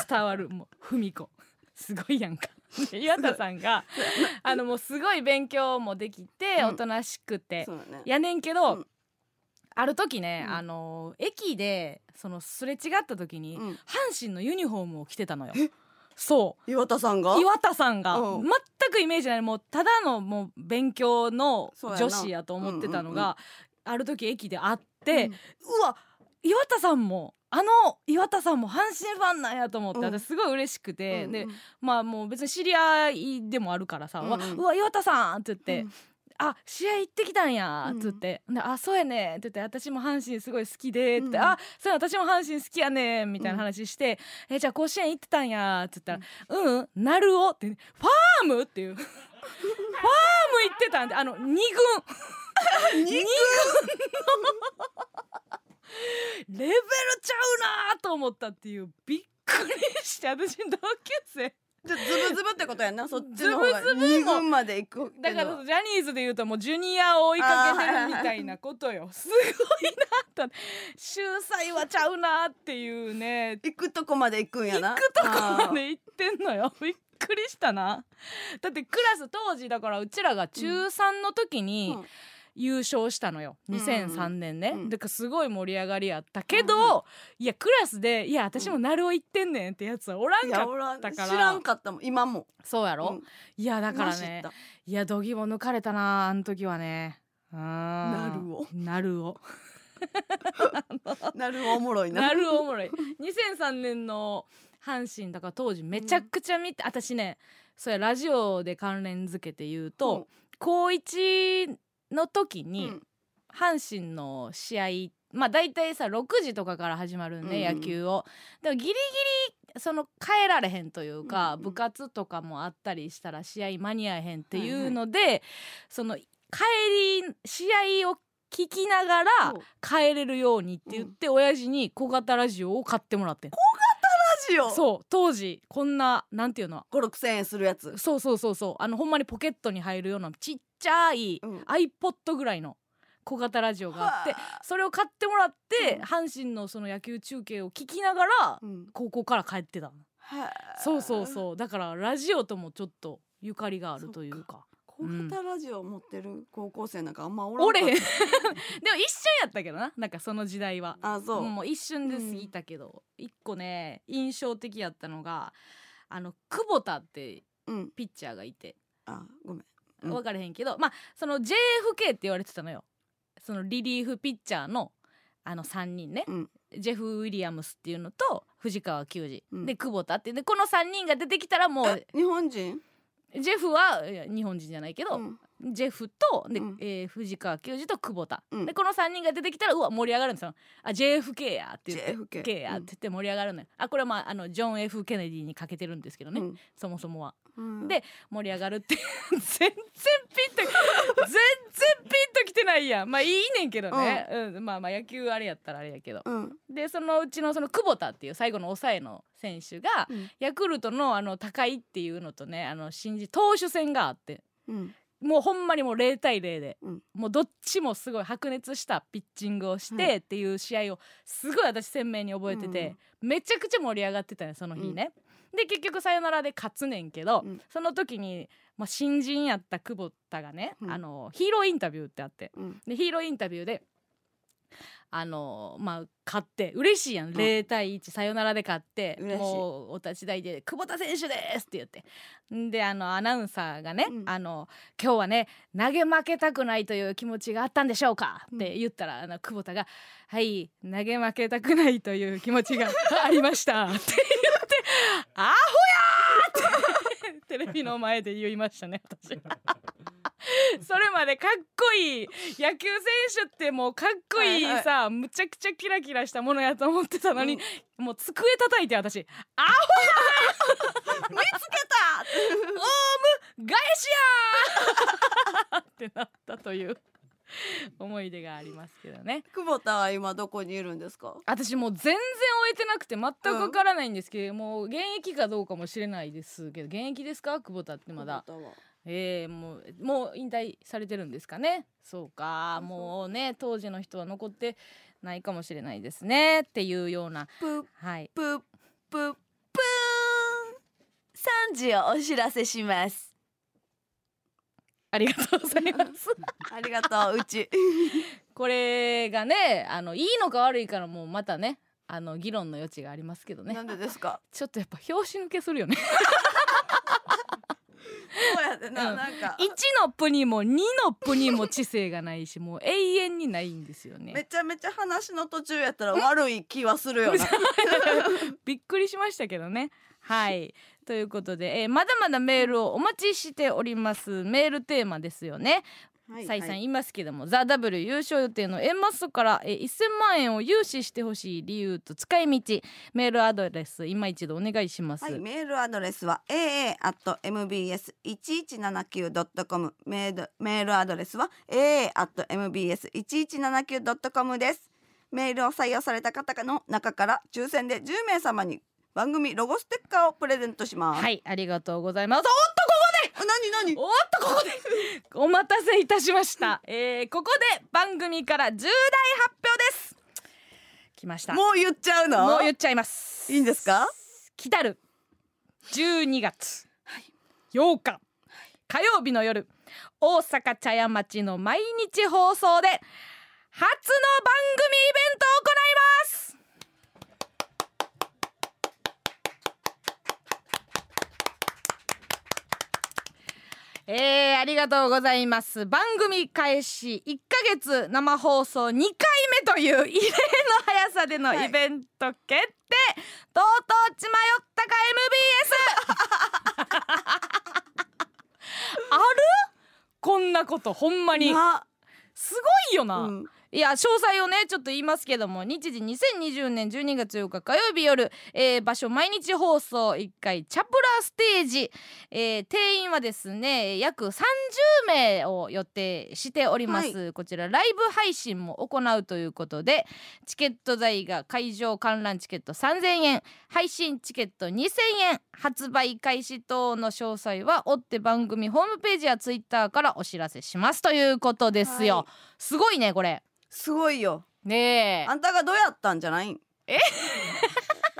伝わるもう文子すごいやんか。で岩田さんがあのもうすごい勉強もできてうんおとなしくて、そうだねやねんけど、うんある時ね、うんあの駅でそのすれ違った時に、うん阪神のユニフォームを着てたのよ。そう岩田さんが岩田さんがう全んくイメージないもうただのもう勉強の女子やと思ってたのが、ある時駅で会って、ううんわ岩田さんもあの岩田さんも阪神ファンなんやと思って、うん私すごい嬉しくて、うんでうんまあもう別に知り合いでもあるからさ「うんわうんうわ岩田さん」って言って。うんあ試合行ってきたんや」っつって「であそうやね」って言って「私も阪神すごい好きで」って「うんあそうや私も阪神好きやね」みたいな話して「えじゃあ甲子園行ってたんや」っつったら「うんうんなるお」って、ファーム?」っていう「ファー ム行ってたんであの二軍二軍のレベルちゃうなと思ったっていうびっくりして私同級生じゃあズブズブってことやんなそっちの方がズブズブ二も軍まで行くだからジャニーズで言うともうジュニアを追いかけてるみたいなことよすごいなと秀才はちゃうなっていうね行くとこまで行くんやな行くとこまで行ってんのよ びっくりしたなだってクラス当時だからうちらが中3の時にうん優勝したのようん2003年ね、うんだからすごい盛り上がりやったけど、うんいやクラスで「いや私も鳴尾行ってんねん」ってやつはおらんいかやっおらんだ知かららんかったもん今もたそうやろ、いやだだからねいや度肝抜かれたなあの時はねななるおなるおなるおおもろいななるおおもろい2003年の阪神だから当時めちゃくちゃ見て、私ねそれラジオで関連づけて言うと、高1の時うんに阪神の試合まあ大体さ6時とかから始まるんで、うんうん野球をでもギリギリその変えられへんというか、うんうん部活とかもあったりしたら試合間に合えへんっていうので、その帰り試合を聞きながらそうラ帰れるようにって言って、親父に小型ラジオを買ってもらってんジオそう当時こんななんていうの五六千円するやつそうそうそうそうあのほんまにポケットに入るようなちっちゃいうん iPod ぐらいの小型ラジオがあってはあそれを買ってもらって、うん阪神のその野球中継を聞きながらうん高校から帰ってたのはあそうそうそうだからラジオともちょっとゆかりがあるというか小型ラジオ持ってる高校生なんかあんまおらんおれへん でんも一瞬やったけどななんかその時代はあそうもう一瞬で過ぎたけど、一個ね印象的やったのがあの久保田ってうんピッチャーがいてあごめんうん分からへんけど、まあその JFK って言われてたのよそのリリーフピッチャーのあの3人ね、うんジェフ・ウィリアムスっていうのと藤川球児、うんで久保田っていうでこの3人が出てきたらもう日本人ジェフはいや日本人じゃないけど、うんジェフとで、うんえー藤川球児と久保田、うんでこの3人が出てきたらうわ盛り上がるんですよあ JFK やって言って JFK K やって言って盛り上がるのよ、あこれはまああのジョン・ F ・ケネディにかけてるんですけどね、うんそもそもはうんで盛り上がるって 全然ピンと全然ピンときてないやんまあいいねんけどね、うんまあまあ野球あれやったらあれやけどうんでそのうちのその久保田っていう最後の抑えの選手が、うんヤクルトのあの高いっていうのとねあの新人投手戦があってうんもうほんまにもう0対0で、うんもうどっちもすごい白熱したピッチングをしてっていう試合をすごい私鮮明に覚えてて、めちゃくちゃ盛り上がってたよその日ね。で結局サヨナラで勝つねんけど、うんその時に、まあ、新人やった久保田がね、うんあのヒーローインタビューってあってうんでヒーローインタビューであのまあ勝って嬉しいやん0対1サヨナラで勝って嬉しいもうお立ち台で「久保田選手です!」って言ってんであのアナウンサーがね、うんあの「今日はね投げ負けたくないという気持ちがあったんでしょうか?」って言ったら、あの久保田が「はい投げ負けたくないという気持ちがありました」って言って「アホやー!」って テレビの前で言いましたね私。 それまでかっこいい野球選手ってもうかっこいいはいはいさ、むちゃくちゃキラキラしたものやと思ってたのに、もう机叩いて私「アホや見つけた! 」「オウム返しや!」 ってなったという思い出がありますけどね。久保田は今どこにいるんですか私もう全然終えてなくて全くわからないんですけど、もう現役かどうかもしれないですけど現役ですか久保田ってまだ久保田はえー、もうもう引退されてるんですかねそうかそうもうね当時の人は残ってないかもしれないですねっていうようなプーはいぷっぷっぷーん3時をお知らせしますありがとうございます ありがとうう ちこれがねあのいいのか悪いかのもうまたねあの議論の余地がありますけどねなんでですかちょっとやっぱ表紙抜け するよねそうやでな、うんなんか1のプにも2のプにも知性がないしもう永遠にないんですよめねちゃめちゃ話の途中やったら悪い気はするよなびっくりしましたけ どねはいということで、えーまだまだメールをお待ちしておりますメールテーマですよねはい再三言いますけども「ザ・ w 優勝予定のエンマッソからえー1000万円を融資してほしい理由と使い道メールアドレス今一度お願いします。はい、メールアドレスは aa at mbs 一一七九ドットコム。メールメールアドレスは aa at mbs 一一七九ドットコムです。メールを採用された方の中から抽選で10名様に番組ロゴステッカーをプレゼントします。はい、ありがとうございます。あ、なになにおっとここで お待たせいたしました、えーここで番組から重大発表です来ましたももう言っちゃうの？う言っちゃいますいいんですか？来たる12月8日、火曜日の夜大阪茶屋町の毎日放送で初の番組イベントを行いますえー、ありがとうございます番組開始1ヶ月生放送2回目という異例の速さでのイベント決定、とうとう血迷ったか MBS あるこんなことほんまになすごいよな、うんいや詳細をねちょっと言いますけども日時2020年12月8日火曜日夜、えー場所毎日放送1回チャプラステージ、えー定員はですね約30名を予定しております、こちらライブ配信も行うということでチケット代が会場観覧チケット3000円配信チケット2000円発売開始等の詳細は追って番組ホームページやツイッターからお知らせしますということですよ、はいすごいねこれすごいよ。ねえあんたがどうやったんじゃないん？えイ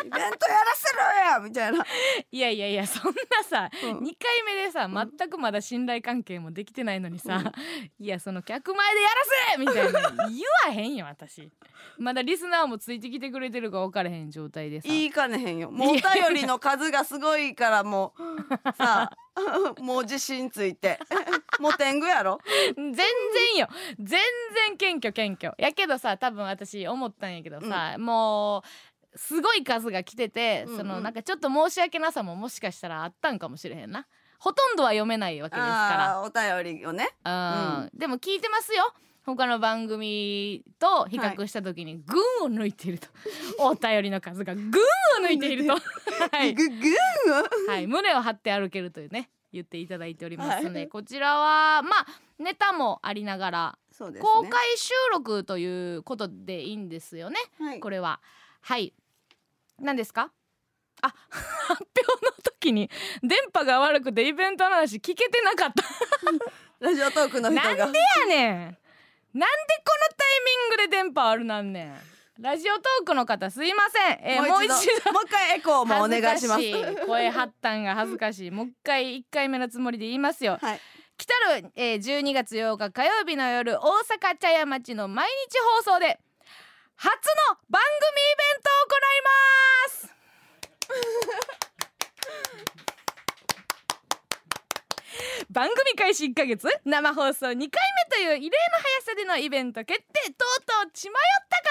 ベントやらせろやみたい な。いやいやいやそんなさうん2回目でさ全くまだ信頼関係もできてないのにさ 「いやその客前でやらせ!」みたいな言わへんよ私まだリスナーもついてきてくれてるか分からへん状態でさ言いかねへんよもうお便りの数がすごいからもうさあ もう自信ついて もう天狗やろ全然よ全然謙虚謙虚やけどさ多分私思ったんやけどさ、もうすごい数が来てて、うんうんそのなんかちょっと申し訳なさももしかしたらあったんかもしれへんなほとんどは読めないわけですかあーお便りをねら、うんでも聞いてますよ他の番組と比較した時に群を抜いてい ると、お便りの数が群を抜いているとはいググーはい、胸を張って歩けるというね言っていただいておりますので、はいこちらはまあネタもありながら、そうですね公開収録ということでいいんですよねはいこれははい何ですかあ 発表の時に電波が悪くてイベントの話聞けてなかったラジオトークの人なんでがやねんなんでこのタイミングで電波あるなんねんラジオトークの方すいません、えーもう一度度もう一回エコーもお願いします恥ずかしい声張ったんが恥ずかしいもう一回一回目のつもりで言いますよ、はい来たる、えー、12月8日火曜日の夜大阪茶屋町の毎日放送で初の番組イベントを行います 番組開始1ヶ月生放送2回目という異例の速さでのイベント決定とうとう血迷ったか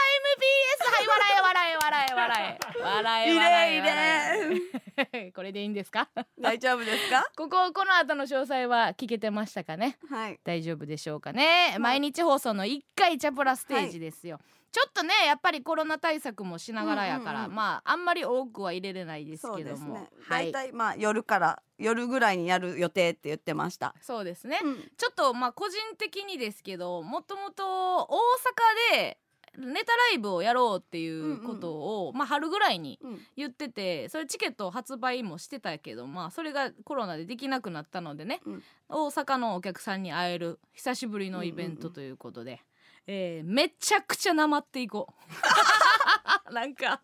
MBS はい笑え笑え笑え笑え笑え笑え異例え これでいいんですか大丈夫です かこここの後の詳細は聞けてましたかねはい大丈夫でしょうかね、い毎日放送の1回チャプラステージですよ、ちょっとねやっぱりコロナ対策もしながらやから、うんうんうんまああんまり多くは入れれないですそうけでどすも、ねは大い体まあ夜から夜ぐらいにやる予定って言ってましたそうですね、うんちょっとまあ個人的にですけどもともと大阪でネタライブをやろうっていうことを、まあ春ぐらいにうん言っててそれチケット発売もしてたけどまあそれがコロナでできなくなったのでね、うん大阪のお客さんに会える久しぶりのイベントということで、えーめちゃくちゃなまっていこう なんかうわ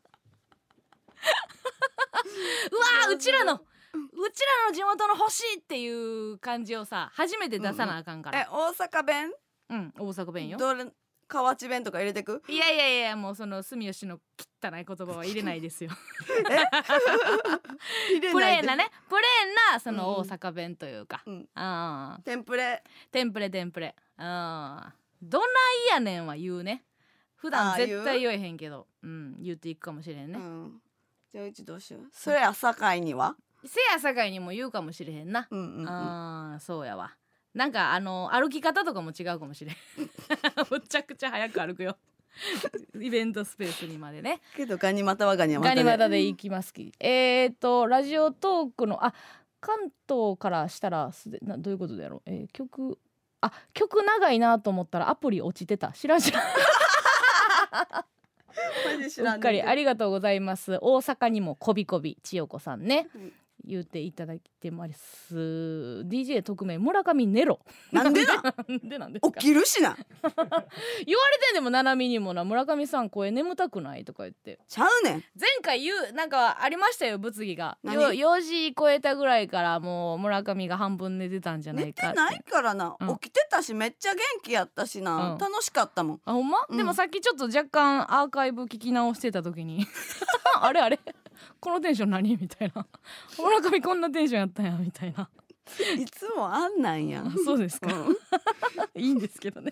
ーうちらのうちらの地元の欲しいっていう感じをさ初めて出さなあかんかえら、大阪弁うん大阪弁よどれ河内弁とか入れてくいやいやいやもうその住吉の汚い言葉は入れないですよ入れプないレーンでなねプレーンなそのうん大阪弁というか、うんああテンプレテンプレテンプレああどないやねんは言うね普あ段あ絶対言えへんけどうん言っていくかもしれんうね、んじゃあうちどうしようそれや堺にはせやさかいにも言うかもしれへんな、うんうんうんああそうやわなんかあの歩き方とかも違うかもしれん むちゃくちゃ早く歩くよ イベントスペースにまでねけどガニ股はガニ股ガでニ股で行きますき。えっ、とラジオトークのあ関東からしたらすでなどういうことだろう。えー曲あ曲長いなと思ったらアプリ落ちてた。知らん知らん。マジ知うらっんかねんりけどありがとうございます。大阪にもこびこび千代子さんねうん言っていただいてます。DJ 特命村上ネロ。 なんでななんでなんですか起。きるしな言われてんでもななみにもな村上さん声眠たくないとか言って。ちゃうねん前回言うなんかありましたよ物議が何よ4時超えたぐらいからもう村上が半分寝てたんじゃな寝いかってないからな、うん起きてたしめっちゃ元気やったしな、うん楽しかったもんあほんま、うんでもさっきちょっと若干アーカイブ聞き直してた 時に あれあれこのテンション何みたいな 村上こんなテンションやったんやみたいないつもあんなんやあそうで すか、ういいんですけどね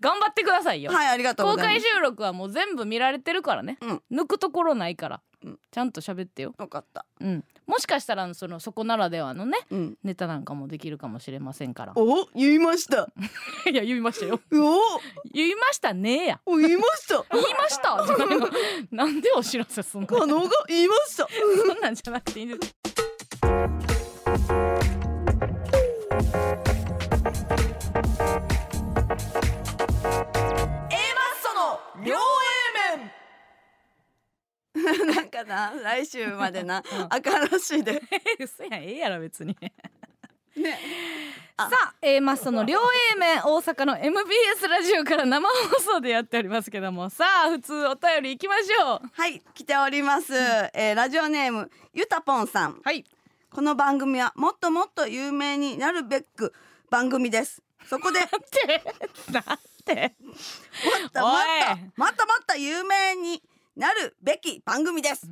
頑張ってくださいよ、んはいありがとう公ございま開す収録はもう全部見られてるからね、抜くところないから、うんちゃんと喋ってよ、よかったうん、もしかしたらそのそこならではのねうんネタなんかもできるかもしれませんから。お言いました いや言いましたよ。お言いましたねや。お言いま した言いました。じゃないのなんでお知らせ すんの。可能が言いましたそんなんじゃなくていいんです。 A マッソの両 A 面 なんかな来週ま でな新しいで嘘やんええやろ別に。 ねさあ、えー、マストの両 A 面大阪の MBS ラジオから生放送でやっておりますけどもさあ普通お便り行きましょう。はい来ております、えーラジオネームゆたぽんさんはい。この番組はもっともっと有名になるべく番組ですそこでって なんて。ま たおいまたまたまた有名になるべき番組です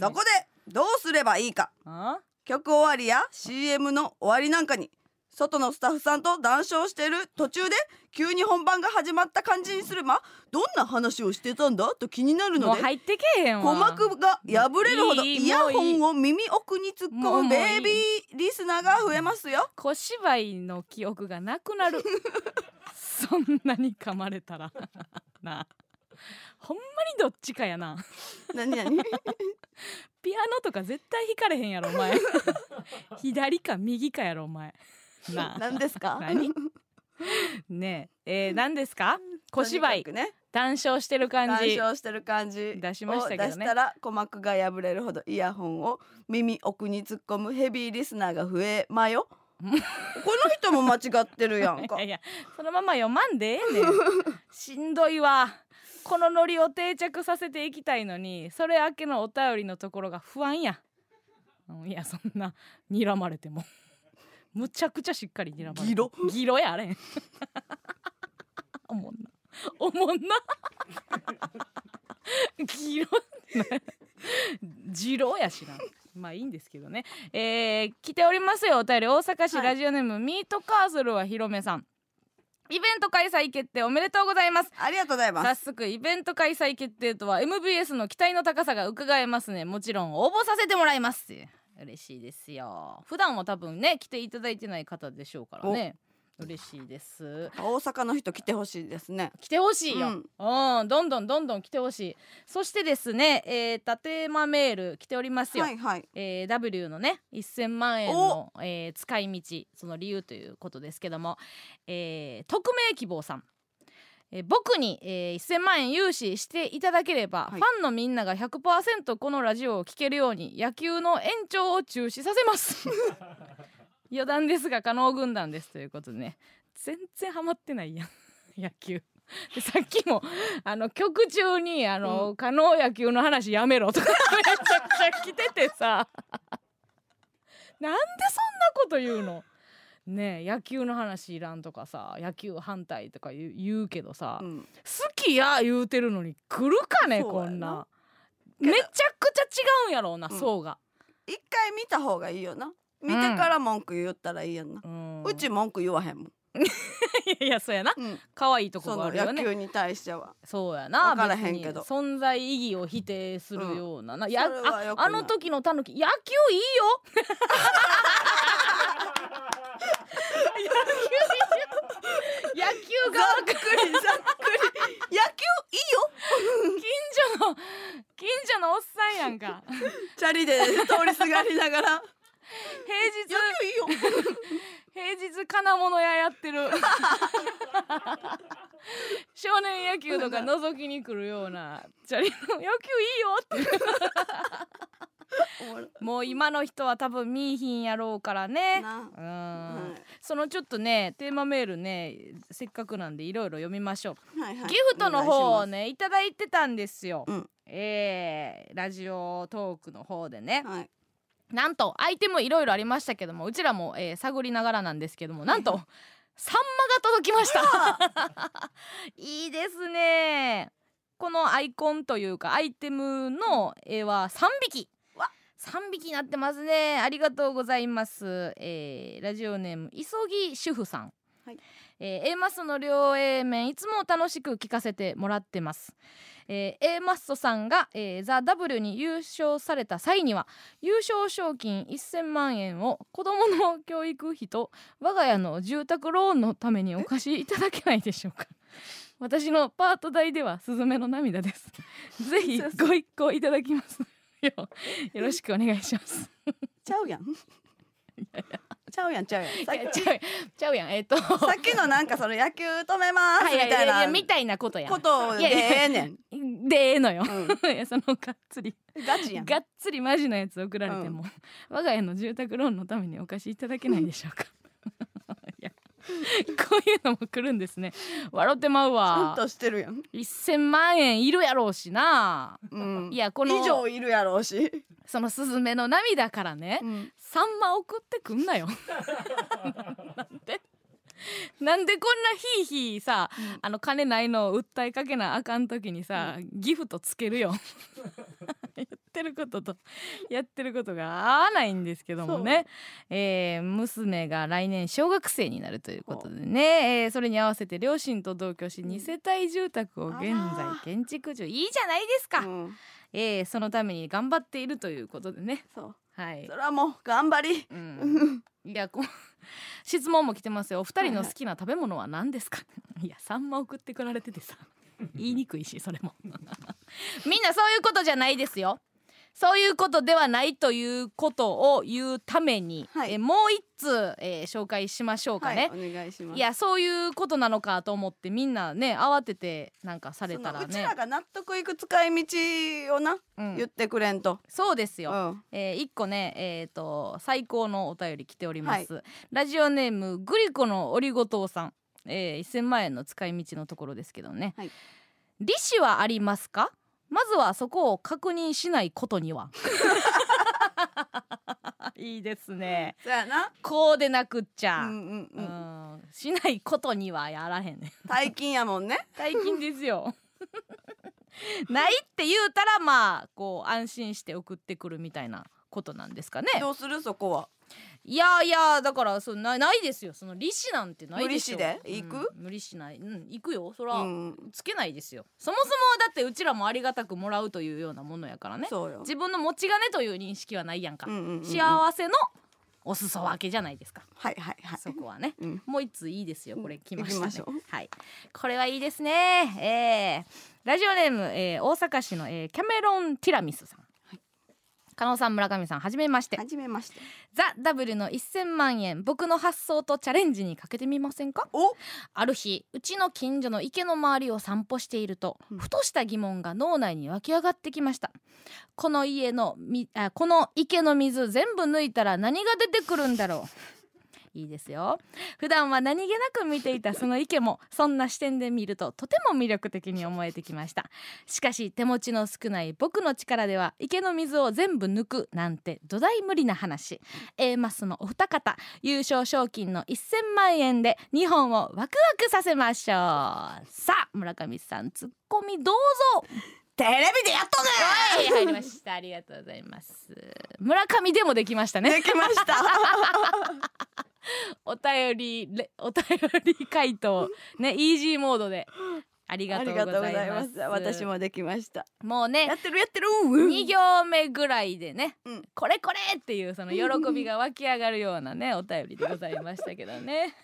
そこでどうすればいいかあ曲終わりや CM の終わりなんかに外のスタッフさんと談笑してる途中で急に本番が始まった感じにするまどんな話をしてたんだと気になるものうで入ってけえへんわ鼓膜が破れるほどいいいいイヤホンを耳奥に突っもう込もむうベイいいビーリスナーが増えますよ小芝居の記憶がな くなるそんなに噛まれたらなあほんまにどっちかやな何 何ピアノとか絶対弾かれへんやろ お前左か右かやろお前なあ何ですか何ねええー、何ですか小芝居とにかくね談笑してる感談じ笑してる感じ出しましたけどをね出したら鼓膜が破れるほどイヤホンを耳奥に突っ込むヘビーリスナーが増えまよこの人も間違ってるや んかいやいやそのまま読まんでええねん しんどいわこのノリを定着させていきたいのにそれ明けのお便りのところが不安やうんいやそんな睨まれてもむちゃくちゃしっかり睨まれてギロギロやあ れおもんなおもんな ギロ ジロやしなまあいいんですけどねえー、来ておりますよお便り大阪市はいラジオネーム、ミートカーソルはひろめさんイベント開催決定おめでとうございますありがとうございます早速イベント開催決定とは MBS の期待の高さが伺えますねもちろん応募させてもらいます嬉しいですよ普段は多分ね来ていただいてない方でしょうからね嬉しいです大阪の人来てほしいですね来てほしいよ、ううん、どんどんどんどん来てほしいそしてですねえー、たテーマメール来ておりますよ、はいはいえー W のね1000万円の、えー使い道その理由ということですけども、えー匿名希望さん、えー僕に、えー1000万円融資していただければ、はいファンのみんなが100%このラジオを聴けるように野球の延長を中止させます 余談ですが加納軍団ですということでね全然ハマってないやん 野球でさっきもあの曲中にあの、加納野球の話やめろとか めちゃくちゃ来ててさなんでそんなこと言うのねえ野球の話いらんとかさ野球反対とか言う言うけどさ、うん好きや言うてるのに来るかねそうやなこんなけめどちゃくちゃ違うんやろうな、うん層が、一回見た方がいいよな見てから文句言ったらいいやんな、うんう ち文句言わへんもん、いやいやそうやなうん、可愛いとこそがあのるよ野ね球に対してはそうやなわからへんけど別に存在意義を否定するような、なやそれはよあくないあの時のたぬき野球いいよ 野球いいよ野球ざがっくりざっくり野球いいよ近所の近所のおっさんやんか平チャリで通りすがりながら日野 球いいよ平日金物屋やってる 少年野球とか覗きに来るようなチャリの野球いいよっておもろ もう今の人は多分見いひんやろうからねなうはんそのちょっとねテーマメールねせっかくなんでいろいろ読みましょいう、はいはいギフトの方おを願いしねいただいてたんですよ、うんえーラジオトークの方でねますはいなんとアイテムいろいろありましたけどもうちらも、えー探りながらなんですけどもなんとサンマが届きました いいですねこのアイコンというかアイテムの絵は3匹わ3匹になってますねありがとうございます、えーラジオネーム急ぎ主婦さん、はいえー A マスの両 A 面いつも楽しく聞かせてもらってます、えー A マストさんが、えー、ザ・ W に優勝された際には優勝賞金1000万円を子どもの教育費と我が家の住宅ローンのためにお貸しいただけないでしょう か私のパート代ではスズメの涙です ぜひご一行いただきますようよろしくお願いし ますちゃうやんちゃうやんちゃうやんさっいやちゃうちゃうやんえっ ときさっきのなんかその野球止めますみはいはいたやいいやなみたいなことやんことをいやいやでええねんでええのよ うんいやそのがっつりガチやんがっつりマジなやつ送られても、我が家の住宅ローンのためにお貸しいただけないで しょうかいやこういうのも来るんですね笑ってまうちゃんわとしてるやん1000万円いるやろうしなうんいやこ以上のいるやろうしそのスズメの涙からね、うんサンマ送ってくんなよなんでなんでこんなヒーヒーさ、うんあの金 ないのを訴えかけなあかん時にさ、ギフトつけるよ言ってってることとやってることが合わないんですけどもね、えー娘が来年小学生になるということでね、えーそれに合わせて両親と同居しうん2世帯住宅を現在あら建築中いいじゃないですか、うん、えーそのために頑張っているということでねそうはいそ。れはもう頑張りうん、いやこう質問も来てますよお二人の好きな食べ物は何ですか いやサンマ送ってこられ ててさ言いにくいしそれも みんなそういうことじゃないですよそういうことではないということを言うために、はいえもう一通、えー紹介しましょうかね、はい、お願いしますい、やそういうことなのかと思ってみんなね慌ててなんかされそたのらうちらねが納得いく使い道をな、うん言ってくれんと、そうですうよ、ん、えー、1個ね、えー、と最高のお便り来ております、ラジオネームグリコのオリゴ糖さん、えー、1,000万円の使い道のところですけどね、はい利子はありますかまずはそこを確認しないこと にはいいですねそうやなこうでなくっちうゃ、うんんうんうんしないことにはやらへ んね大金やもんね大金ですよ ないって言うたらまあこう安心して送ってくるみたいなことなんですかねどうするそこはいやいやだからそんなないですよその利子なんてないでしょ無利子で行く、うん無利子ないうん行くよそら、うんつけないですよそもそもだってうちらもありがたくもらうというようなものやからねそうよ自分の持ち金という認識はないやんか、うんうんうんうん幸せのお裾分けじゃないですか、はいはいはいそこはねうんもう一ついいですよこれ来まし行きたまねしょうはいこれはいいですねえー、ラジオネーム、えー、大阪市の、えー、キャメロンティラミスさん、加納さん村上さんはじめましてはじめましてザ・ W の1000万円僕の発想とチャレンジにかけてみませんかおある日うちの近所の池の周りを散歩していると、ふとした疑問が脳内に湧き上がってきましたこの家のみあこの池の水全部抜いたら何が出てくるんだろ ういいですよ普段は何気なく見ていたその池もそんな視点で見るととても魅力的に思えてきましたしかし手持ちの少ない僕の力では池の水を全部抜くなんて土台無理な話 A マスのお二方優勝賞金の1000万円で日本をワクワクさせましょうさあ村上さんツッコミどうぞテレビでやっとはい入りましたありがとうございます村上でもできましたねねできま したお便りれお便り回答ねイージーモードでありがあとりうごがとうござざいいまますす私もできましたもうやねってるやってる2行目ぐらいでね、うんこれこれっていうその喜びが湧き上がるようなねお便りでございましたけどね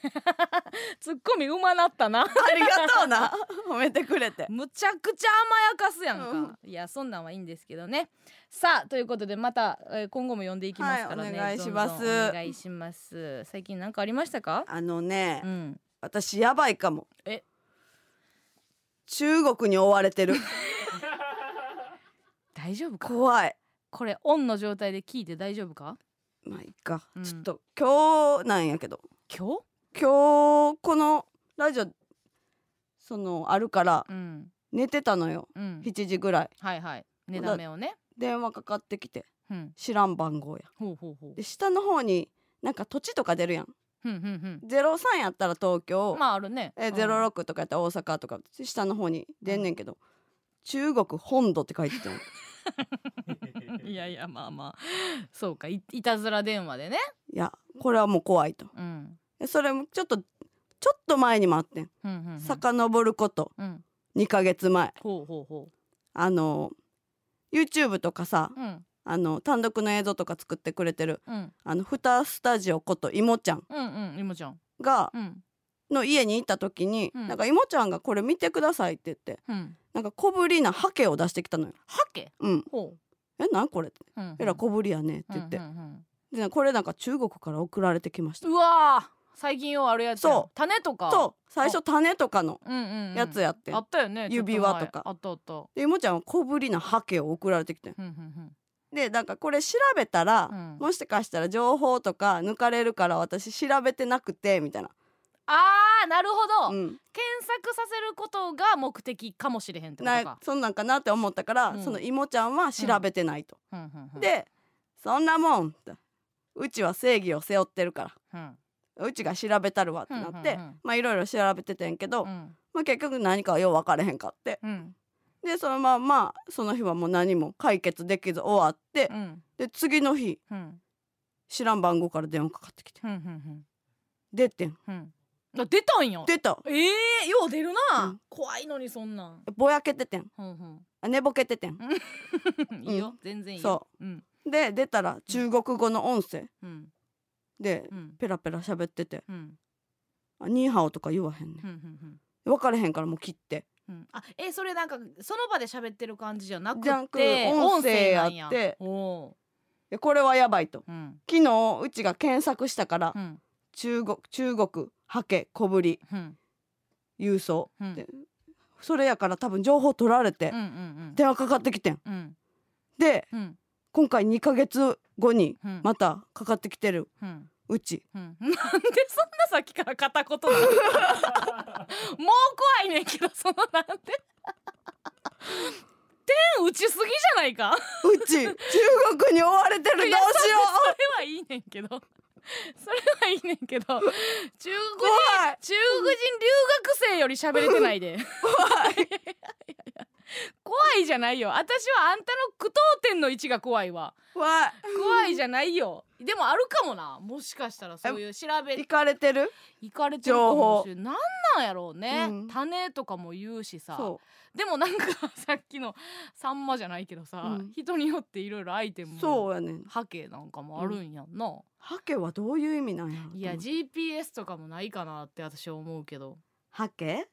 ツッコミうまなったなありがとうな褒めてくれてむちゃくちゃ甘やかすやんか、いやそんなんはいいんですけどねさあということでまた、えー今後も呼んでいきますからね、はいお願いしますどんどんお願いします最近なんかありましたかあのねうん私やばいかもえ中国に追われ てる大丈夫か怖いこれオンの状態で聞いて大丈夫かまあいいか、うんちょっと今日なんやけど今今日このラジオそのあるから日うん寝てたのようん7時ぐらいはいはい寝だめをね電話かかってきてうん知らん番号やほうほうほうで下の方になんか土地とか出るやんふんふんふん03やったら東京、まああるねえうん06とかやったら大阪とか下の方に出んねんけど、中国本土って書い てたのいやいやまあまあそうかいいたずら電話でねいやこれはもう怖いとうんでそれもちょっとちょっと前にもあってんふんふんふん遡ることうん2ヶ月前ほうほうほあの YouTube とかさううんあの単独の映像とか作ってくれてるうんあのフタスタジオこといもちゃんうんうんいもちゃんがうんの家に行った時に、うんなんかいもちゃんが「これ見てください」って言ってうんなんか小ぶりなハケを出してきたのよ。ハケうん、ほえなんこれってう、うんえら小ぶりやねってうん言って、うんうんでこれなんか中国から送られてきました。うわー最近ようあるやつやんそう種とかと最初種とかのう、うんうんうん、やつやってん、あったよね指輪とかちょっ前あったあったでいもちゃんは小ぶりなハケを送られてきてんうんうんでなんかこれ調べたら、うんもしかしたら情報とか抜かれるから私調べてなくてみたいな、あーなるほうど、ん、検索させることが目的かもしれへんってことなか、そんなんかなって思ったから、うんそのいもちゃんは調べてないと。うんうんうん、、でそんなもんってうちは正義を背負ってるかうんらうちが調べたるわってなって、うんうんうんまあいろいろ調べててんけど、うんまあ、結局何かはよう分かれへんかってうん、でそのまんまその日はもう何も解決できず終わってう、んで次の日うん知らん番号から電話かかってきてふんふんふん出てんふんあ出たんや出たええよう出るな、うん怖いのにそんなんぼやけててんふんふんあ寝ぼけててん いいよ、全然いいよそううんで出たら中国語の音声うんでうんペラペラ喋っててうん「あニーハオ」とか言わへんねふんふんふんん分かれへんからもう切ってうんあえそれなんかその場で喋ってる感じじゃなくじゃなくて音声やって音なんやおでこれはやばいとーうん昨日うちが検索したからうん中国中国ハケ小ぶりうん郵送うんでそれやから多分情報取られてうんうん電話かかってきてんうんうんでうん今回2ヶ月後にうんまたかかってきてるうんうちうん、なんでそんなさっきから片言なのもう怖いねんけどそのなんで天打ちすぎじゃないかうち中国に追われてるどうしよそれはいいねんけどそれはいいねんけど中国人う怖い中国人留学生より喋れてないで怖い怖いじゃないよ私はあんたの句読点の位置が怖いわ怖い怖いじゃないよでもあるかもなもしかしたらそういう調べ行かれてる行かれてるかもしれないなんなんやろうね、うん種とかも言うしさそでもなんかさっきの サンマじゃないけどさ、うん人によっていろいろアイテムうもそうやねん波形なんかもあるんやんな、ハケはどういう意味なんやろいやと思って GPS とかもないかなって私は思うけどハケ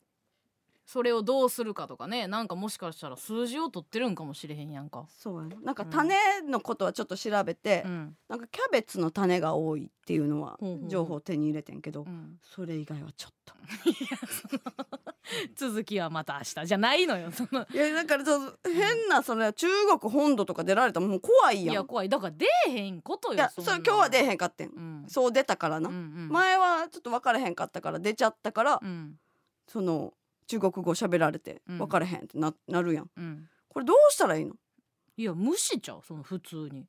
それをどうするかとかねなんかもしかしたら数字を取ってるんかもしれへんやんか。そうやねなんかうん種のことはちょっと調べてうんなんかキャベツの種が多いっていうのはほうほうほう情報を手に入れてんけどうん、それ以外はちょっと続きはまた明日じゃないのよそのいやだからそう変なそれ中国本土とか出られたらもう怖いやんいいやや怖いだから出えへんことよそんうな今日は出えへんかってん、うんそう出たからな、うんうん前はちょっと分からへんかったから出ちゃったから、うんその中国語喋られてうん分からへんってななるやんうんこれどうしたらいいのいや無視ちゃうその普通に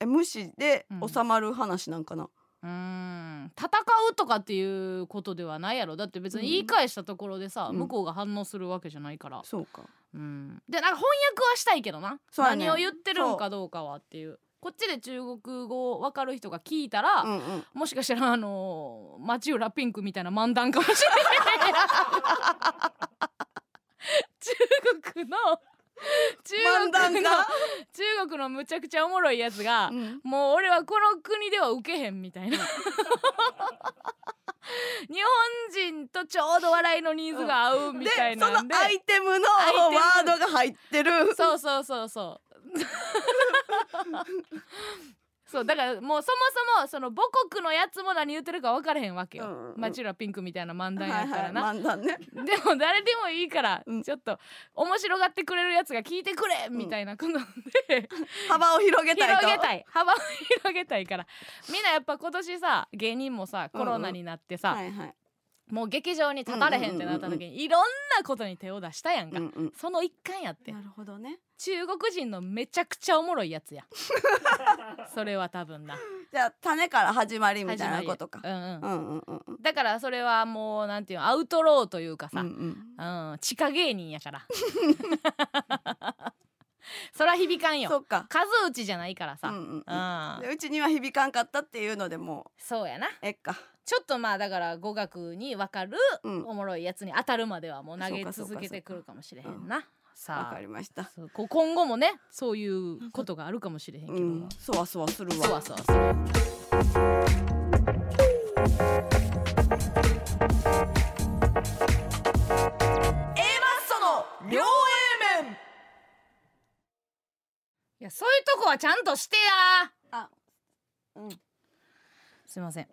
え無視でうん収まる話なんかな、うーん戦うとかっていうことではないやろだって別に言い返したところでさ、うん向こうが反応するわけじゃないから、そうかうん、でなんか翻訳はしたいけどな、そうやね何を言ってるんかどうかはっていうこっちで中国語わかる人が聞いたら、うんうんもしかしたらあのー、町浦ピンクみたいな漫談かもしれない中国の漫中談国がの、 中国のむちゃくちゃおもろいやつが、うんもう俺はこの国では受けへんみ たいな日本人とちょうど笑いのニーズが合うみでたいそのなんでアイテムのアイテムワードが入ってる そうそうそうそう そうだからもうそもそもその母国のやつも何言ってるか分からへんわけよ、うんうんうんマチュラピンクみたいな 漫は談いやかはいらな、漫談 ねでも誰でもいいからうんちょっと面白がってくれるやつが聞いてくれみたいなことで、幅を広げたいと広げたい幅を広げたいからみんなやっぱ今年さ芸人もさコロナになってさ、はいはいもう劇場に立たれへんってなった時に、いろんなことに手を出したやんか、うんうんその一環やってなるほどね中国人のめちゃくちゃおもろいやつやそれは多分なじゃあ種から始まりみたいなことか始まりうんうんうんうんうんうんだからそれはもうなんていうのアウトローというかさ、ううんうんん地下芸人やから そら響かそんようか数打ちじゃないからさ、うんうんうんうんでうちには響かんかったっていうのでもそうやなうえっかちょっとまあだから語学に分かるうんわおもろいやつに当たるまではもう投そうげかそうか続けてくるかもしれへんな。さかりましたあそうこ今後もねそういうことがあるかもしれへんけうどんも。そわそわするそうわそうそう。その両 A 面いやそういうとこはちゃんとしてや。あうんすいません。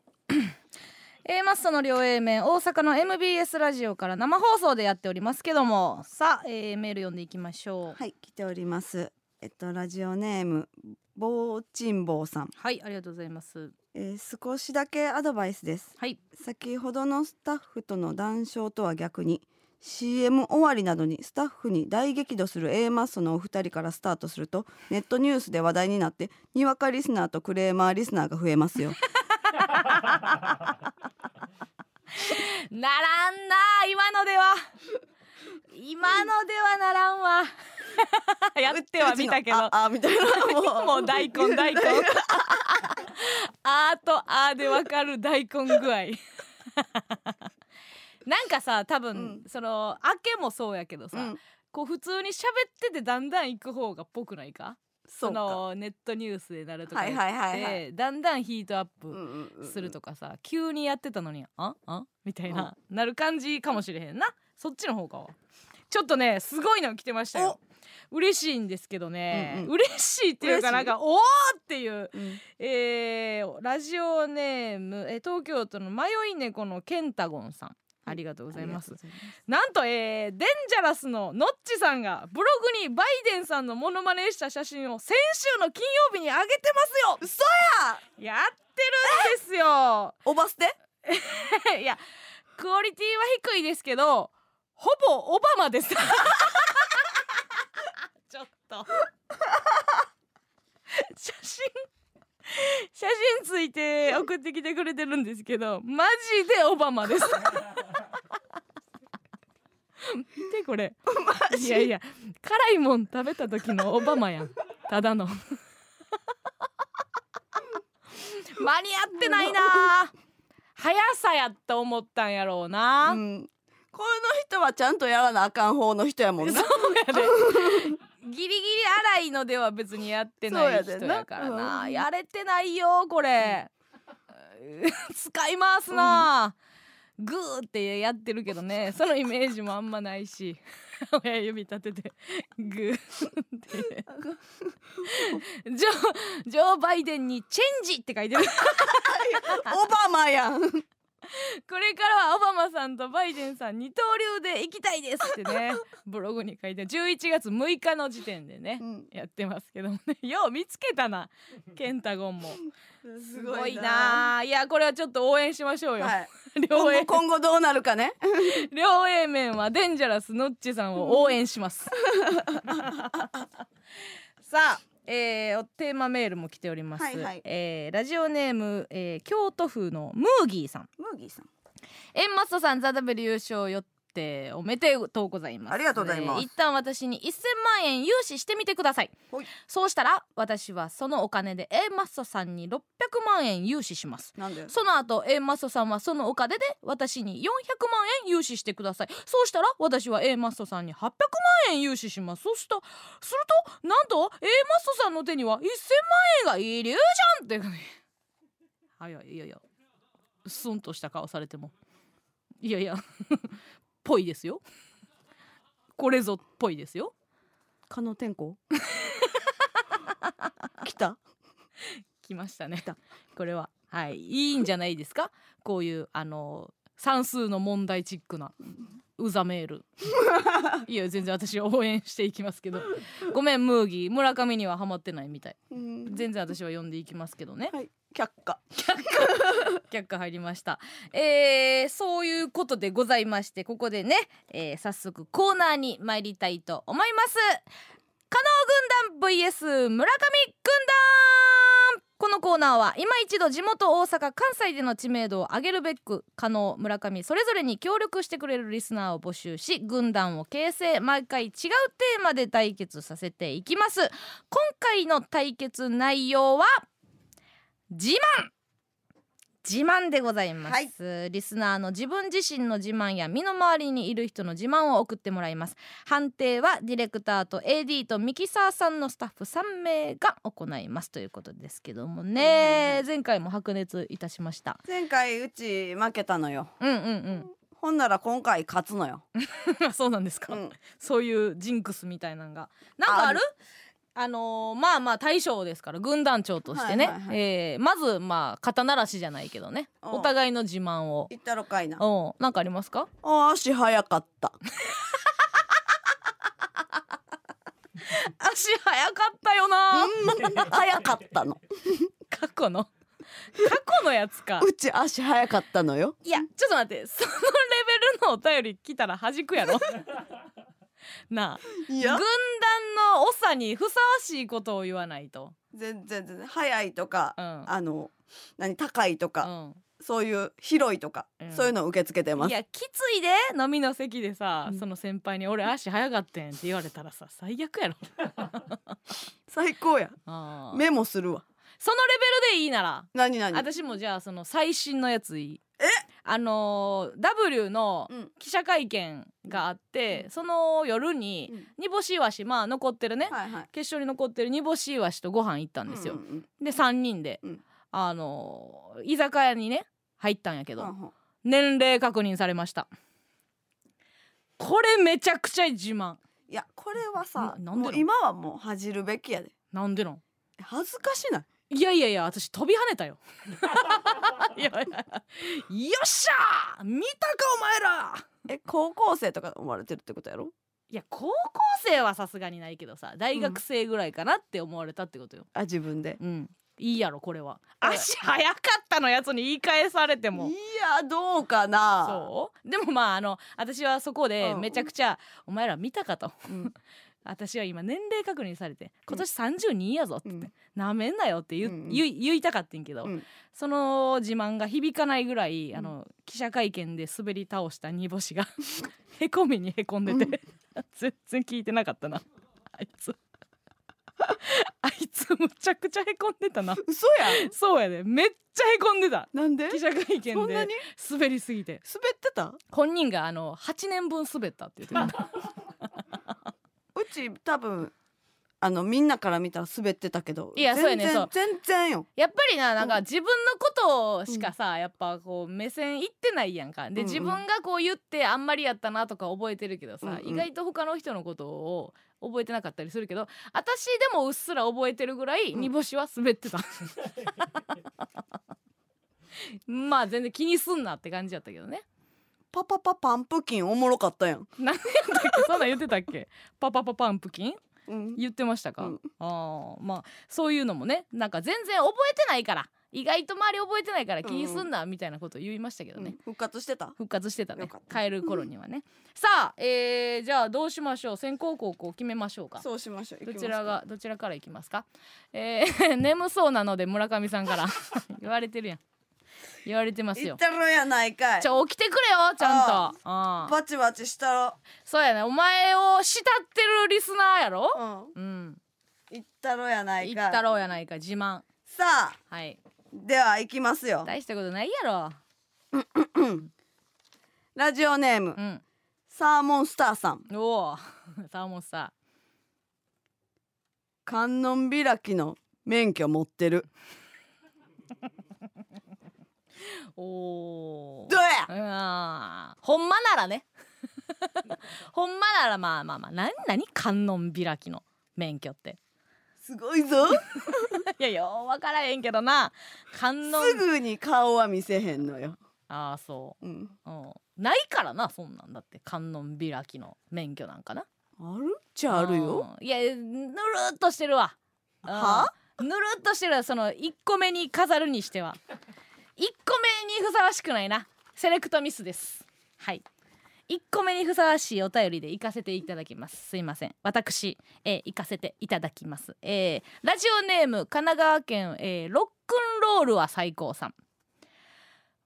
A マッソの両 A 面大阪の MBS ラジオから生放送でやっておりますけどもさあ、えーメール読んでいきましょうはい来ておりますえっとラジオネームぼうちんぼうさん、はいありがとうございますえー、少しだけアドバイスですはい先ほどのスタッフとの談笑とは逆に CM 終わりなどにスタッフに大激怒する A マッソのお二人からスタートするとネットニュースで話題になってにわかリスナーとクレーマーリスナーが増えますよ ならんな今のでは今のではならんわ やっては見たけどああみたいなもう もう大根 大根あーとあーでわかる大根具合 なんかさ多分、うその明けもそうやけどさ、うんこう普通に喋っててだんだん行く方がっぽくないかそうかのネットニュースでなるとかはい言って、はいはいはいだんだんヒートアップするととかさ、急にやってたのに「ああみたいな、なる感じかもしれへんなそっちの方かはちょっとねすごいの来てましたよ嬉しいんですけどね、うんうん嬉しいっていうか嬉なしんいか「おー!」っていう、えーラジオネームえー東京都の迷い猫のケンタゴンさんありがとうございますなんと、えーデンジャラスのノッチさんがブログにバイデンさんのモノマネした写真を先週の金曜日に上げてますよ嘘ややってるんですよおばすて いやクオリティは低いですけどほぼオバマです ちょっと 写真写真ついて送ってきてくれてるんですけどマジでオバマです見てこれいやいや辛いもん食べた時のオバマやんただの 間に合ってないな速さやって思ったんやろうな、うんこの人はちゃんとやらなあかん方の人やもんなギリギリ荒いのでは別にやってない人やからそうやでななうんやれてないよこれ 使い回すな、グーってやってるけどねそのイメージもあんまないし 親指立ててグ ーってジョジョー・バイデンに「チェンジ」って書いてるオバマやんこれからはオバマさんとバイデンさん二刀流で行きたいですって ねブログに書いて11月6日の時点でね、うんやってますけどもねよう見つけたなケンタゴンもすごいなあいやこれはちょっと応援しましょうよ、はい今両後 英今後どうなるかね両 A 面はデンジャラスノッチさんを応援します さあえー、おテーマメールも来ております、はいはいえーラジオネーム、えー京都府のムーギーさんムーギーさんエンマストさんザ・ダブル優勝よっておめでとうございますありがとうございますえー一旦私に1000万円融資してみてくださいほいそうしたら私はそのお金でエンマストさんに600万円融資しますなんでその後エンマストさんはそのお金で私に400万円融資してくださいそうしたら私はエンマストさんに800万円融資しますそうしたするとなんとエンマストさんの手には1000万円がイリュージョンっていうかねはいやいやいやスンとした顔されてもいやいや ぽいですよこれぞっぽいですよ可能転校 来た来ましたねこれははいいいんじゃないですかこういうあの算数の問題チックなうざメー ルいや全然私応援していきますけどごめんムーギー村上にはハマってないみたいうん全然私は呼んでいきますけどねはい却下却下入りましたえー、そういうことでございましてここでね、えー、早速コーナーに参りたいと思います加納軍団 vs 村上軍団このコーナーは今一度地元大阪関西での知名度を上げるべく加納村上それぞれに協力してくれるリスナーを募集し軍団を形成毎回違うテーマで対決させていきます今回の対決内容は自慢自慢でございます、リスナーの自分自身の自慢や身の回りにいる人の自慢を送ってもらいます判定はディレクターと AD とミキサーさんのスタッフ3名が行いますということですけどもね、前回も白熱いたしました前回うち負けたのようんうんほんなら今回勝つのよ、うん そうなんですか、うん、そういうジンクスみたいなのがなんかあるあのーまあまあ大将ですから軍団長としてね、はいはいはいえーまずまあ肩慣らしじゃないけどねうんお互いの自慢を言ったろかいなあおなんかありますかー足早かった足早かったよなうん早かったの過去の過去のやつか うち足早かったのよいやちょっと待って そのレベルのお便り来たら弾くやろ なあい軍団の長にふさわしいことを言わないと全然全然早いとか、うんあの何高いとうか、んそういう広いとか、うんそういうのを受け付けてまいすやきついで飲みの席でさ、うんその先輩に「俺足早かってん」って言われたらさ最悪やろ最高やあーメモするわそのレベルでいいなら何何私もじゃあその最新のやついいあのー W のうん記者会見があって、その夜にうん煮干しイワシまあ残ってるね、はいはい決勝に残ってる煮干しイワシとご飯行ったんですよ、うんうんうんで3人で、うんあのー居酒屋にね入ったんやけど、はんはん年齢確認されましたこれめちゃくちゃ自慢いやこれはさななんでもなう今はもう恥じるべきやでなんでなん恥ずかしないいやいやいや私飛び跳ね たよいやいやよっしゃー見たかお前らえ高校生とか思われてるってことやろいや高校生はさすがにないけどさ大学生ぐらいかなって思われたってことよあ自分でうん、いいやろこれははい足早かったのやつに言い返されてもいやどうかなそうでもまああの私はそこでうんめちゃくちゃ、お前ら見たかとうん私は今年齢確認されて今年32やぞって うんなめんなよって言,、ううんうん言い言いたかってんけど、うんその自慢が響かないぐらい、うんあの記者会見で滑り倒した煮干しが へこみにへこんでて、 全然聞いてなかったなあいつ あいつむちゃくちゃへこんでたな嘘やそうやでめっちゃへこんでたなんで記者会そ見んなでに滑りすぎて滑ってた本人があの8年分滑ったって言ってたうち多分あのみんなから見たら滑ってたけどいやそうやね全然そう全然よやっぱりななんうかん自分のことしかさ、やっぱこう目線いってないやんかでうんうん自分がこう言ってあんまりやったなとか覚えてるけどさ、うんうん意外と他の人のことを覚えてなかったりするけど私でもうっすら覚えてるぐらいうん煮干しは 滑ってた、まあ全然気にすんなって感じやったけどねパパパパンプキンおもろかったやん、何やったっけそんなん言ってたっけパパパパンプキンうん、言ってましたか、うんああまあそういうのもねなんか全然覚えてないから意外と周り覚えてないから気にすんなみたいなこと言いましたけどね、うん復活してた復活してたねよかった帰る頃にはねさあ、えー、じゃあどうしましょう先行高校決めましょうかそうしましょうどちらがどちらからいきますかえー、 眠そうなので村上さんから 言われてるやん言われてます行よったろやないかいちょ起きてくれよちゃんとあああバチバチしたろそうやねお前を慕ってるリスナーやろうんうん行ったろやない言かいったろうやないか自慢さあはいでは行きますよ大したことないやろ。ラジオネームうん。サーモンスターさんおお、 サーモンさ。観音開きの免許持ってるおお。どうやうん。ほんまならね。 ほんまならまあまあまあ。な何観音開きの免許って。 すごいぞいやようわからへんけどな。観音。すぐに顔は見せへんのよ、ああそうん、う。うん。ないからなそんなんだって観音開きの免許なんかな。あるっちゃあるようん。いやぬるっとしてるわ。うんはぬるっとしてるわその1個目に飾るにしては1個目にふさわしくないなセレクトミスですはい1個目にふさわしいお便りで行かせていただきますすいません私、えー行かせていただきます、えーラジオネーム神奈川県、えーロックンロールは最高さん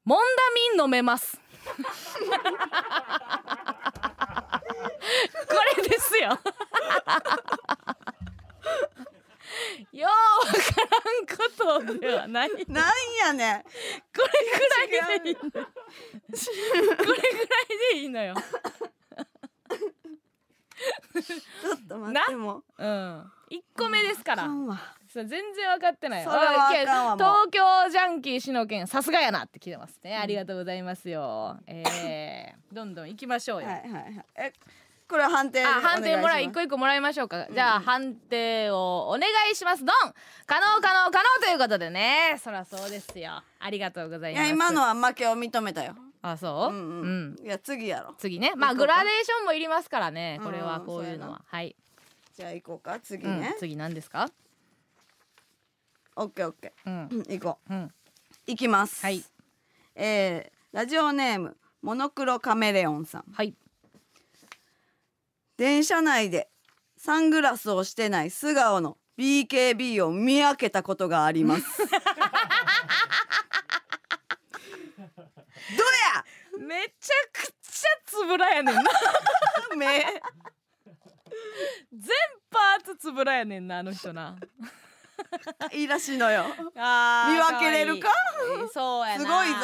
モンダミン飲めますこれですよようわからんことではないなんやねこれぐらいでいいのよこれぐらいでいいのよちょっと待ってもううん1個目ですからあかんわそう全然分かってないそれはあいやあかんわもう東京ジャンキーしのけんさすがやなって来てますねありがとうございますよ、えー、どんどん行きましょうよ、はいはいはい。え、これは判定でお願あいします。判定もらい一個一個もらいましょうか、じゃあ判定をお願いしますドン可能可能可能ということでねそらそうですよありがとうございいますや今のは負けを認めたよ。あそうううんん、ううんん、いや次やろ。次ねまあ行こグうかラデーションもいりますからねこれはうんこういそうのうやはなはい、じゃあ行こうか次うんね、。次何ですかオッケーオッケうんー。うん行こうんう。行きます。はい。えー、ラジオネームモノクロカメレオンさん。はい電車内でサングラスをしてない素顔の BKB を見分けたことがあります。めちゃくちゃつぶらやねんな目全パーツつぶらやねんなあの人ないいらしいのよ あー見分けれるかわいいそうやなすごいぞ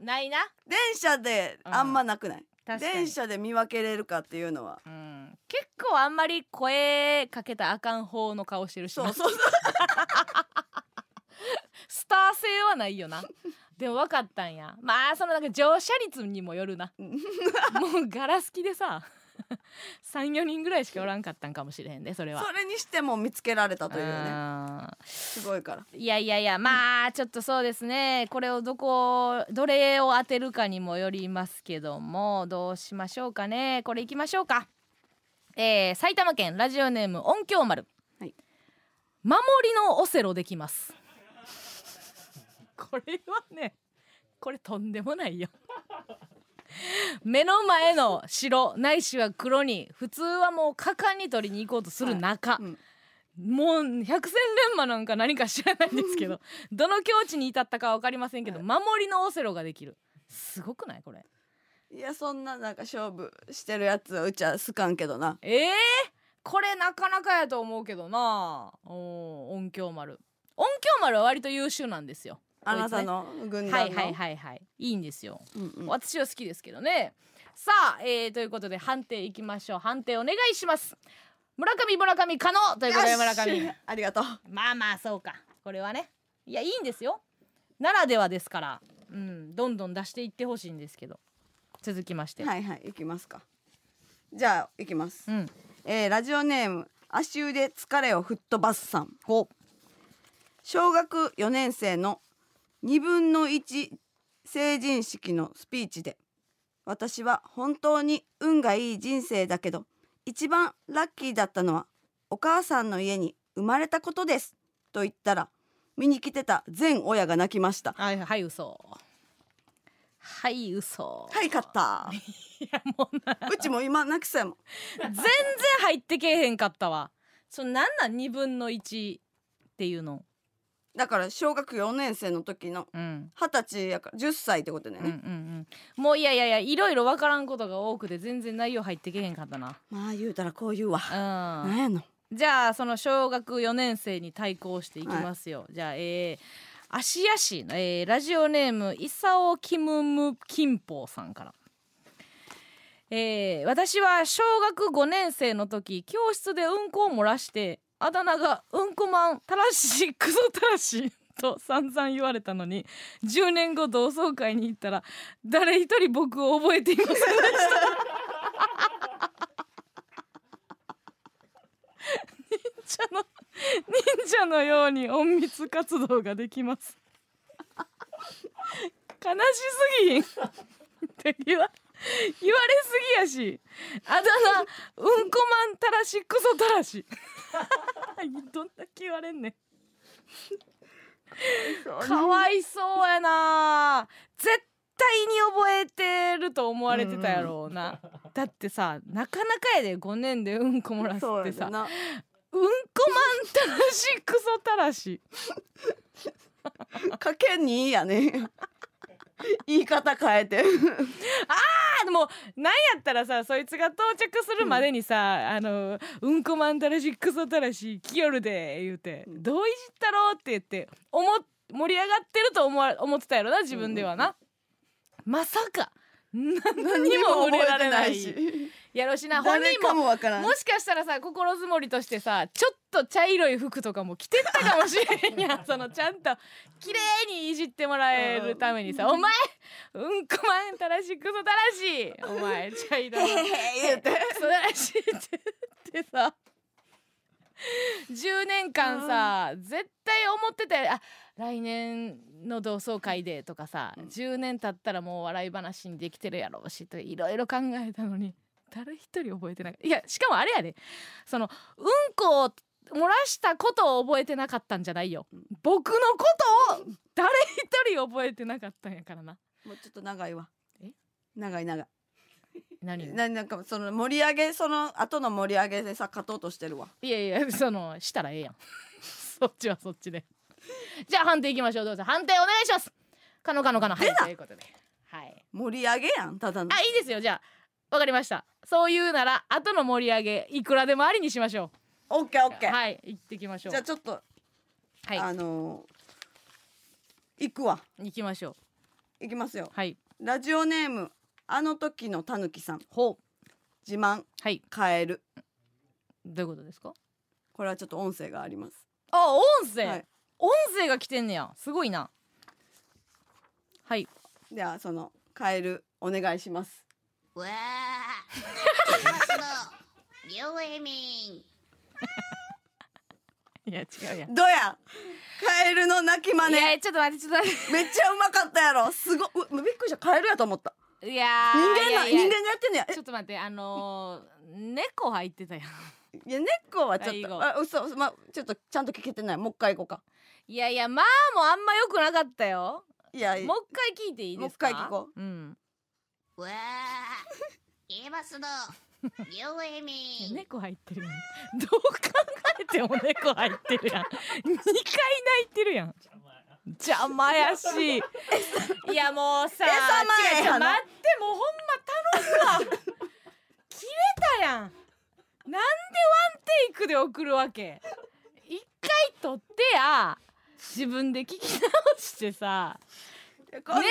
ないな電車であんまなくない、確かに電車で見分けれるかっていうのはうん、結構あんまり声かけたらあかん方の顔してるしそうなそうそうスター性はないよなでも分かったんやまあそのなんか乗車率にもよ るなもうガラス機でさ34人ぐらいしかおらんかったんかもしれへんでそれはそれにしても見つけられたというねあーすごいからいやいやいやまあちょっとそうですねこれをどこどれを当てるかにもよりますけどもどうしましょうかねこれいきましょうか、えー、埼玉県ラジオネーム音響丸、はい守りのオセロできますこれはねこれとんでもないよ目の前の白ないしは黒に普通はもう果敢に取りに行こうとする中、うんもう百戦錬磨なんか何か知らないんですけどどの境地に至ったかわかりませんけど守りのオセロができるすごくないこれいやそんななんか勝負してるやつはうちは好かんけどなえー、これなかなかやと思うけどなおー音響丸音響丸は割と優秀なんですよあなたのこ軍いつね団はいのはいはいはいいいんですようんうん私は好きですけどねさあ、えー、ということで判定いきましょう判定お願いします村上村上可能ということで村よ上しありがとうまあまあそうかこれはねいやいいんですよならではですから、うん、どんどん出していってほしいんですけど続きまして、はいはい行きますかじゃあ行きます、うんえーラジオネーム足湯で疲れを吹っ飛ばすさんこ小学4年生の2分の1成人式のスピーチで私は本当に運がいい人生だけど一番ラッキーだったのはお母さんの家に生まれたことですと言ったら見に来てた全親が泣きましたうはいはい嘘はい嘘はい勝ったいやもうなうちも今泣きそうやもん全然入ってけえへんかったわそのなんなん2分の1っていうの、だから小学4年生の時のうん、二十歳やから10歳ってことだうよんうんうね、んもういやいやいやいろいろわからんことが多くて全然内容入ってけえへんかったなまあ言うたらこう言うわ、うんなんやのじゃあその小学4年生に対抗していきますよ、じゃあえー芦屋市の、えーラジオネームイサオキムムキンポーさんから、えー私は小学5年生の時教室でうんこを漏らしてあだ名がうんこマンたらしクソたらしと散々言われたのに10年後同窓会に行ったら誰一人僕を覚えていませんでした忍者の忍者のように隠密活動ができます悲しすぎんって言わ言われすぎやしあだ名うんこマンたらしクソたらしどんだけ言われんねんかわいそうやな絶対に覚えてると思われてたやろうな、だってさなかなかやで5年でうんこ漏らすそうっやてでさなうんこマンたらしクソたらしかけにいいやね言い方変えてあーでもなんやったらさそいつが到着するまでにさ、あのうんこマンたらしクソたらし来よるで言うて、うんどういじったろうって言って思っ盛り上がってると思わ思ってたやろな自分ではな、まさか何にも触れられないやろしな本誰人かももわからんもしかしたらさ心づもりとしてさちょっと茶色い服とかも着てったかもしれ んやんそのちゃんと綺麗にいじってもらえるためにさ「お前うんこまんたらしクソたらしお前茶色いへへ言うてクソたらしい」って言ってさ10年間さ絶対思っててあ来年の同窓会でとかさ、10年経ったらもう笑い話にできてるやろうしといろいろ考えたのに誰一人覚えてなかったいやしかもあれやでそのうんこを漏らしたことを覚えてなかったんじゃないよ僕のことを誰一人覚えてなかったんやからなもうちょっと長いわえ長い長い何ななんかその盛り上げその後の盛り上げでさ勝とうとしてるわいやいやそのしたらええやん そっちはそっちでじゃあ判定いきましょうどうぞ判定お願いしますカノカノカノはいということではい盛り上げやんただのあいいですよじゃあわかりましたそういうなら後の盛り上げいくらでもありにしましょオッケーオうッケーはい行ってきましょうじゃあちょっとはあのー行くわい行きましょう行きますよはいラジオネームあの時のたぬきさんほう自慢はいカエルどういうことですかこれはちょっと音声がありますあ音声、はい音声が来てんねやすごいなはいではそのカエルお願いしますわあ両エミンいや違うやんどうやカエルの鳴き真似いやちょっと待ってちょっと待っめっちゃうまかったやろすごいうびっくりしたカエルやと思ったていや人間な人間がやってんのやちょっと待ってあのー、猫入ってたやんえいや根っこはちあいいょっ子とあ嘘嘘まちょっとちゃんと聞けてないもう一回行こうかいやいやまあもうあんま良くなかったよいやもう一回聞いていいですかもう一回聞こううんわあエマスの両エミン猫入ってるやん どう考えても猫入ってるやん二回泣いてるやん邪魔やしいいやもうさ餌前違う違うやな待ってもうほんま頼むわ切れたやんなんでワンテイクで送るわけ一回取ってや自分で聞き直してさ猫猫泣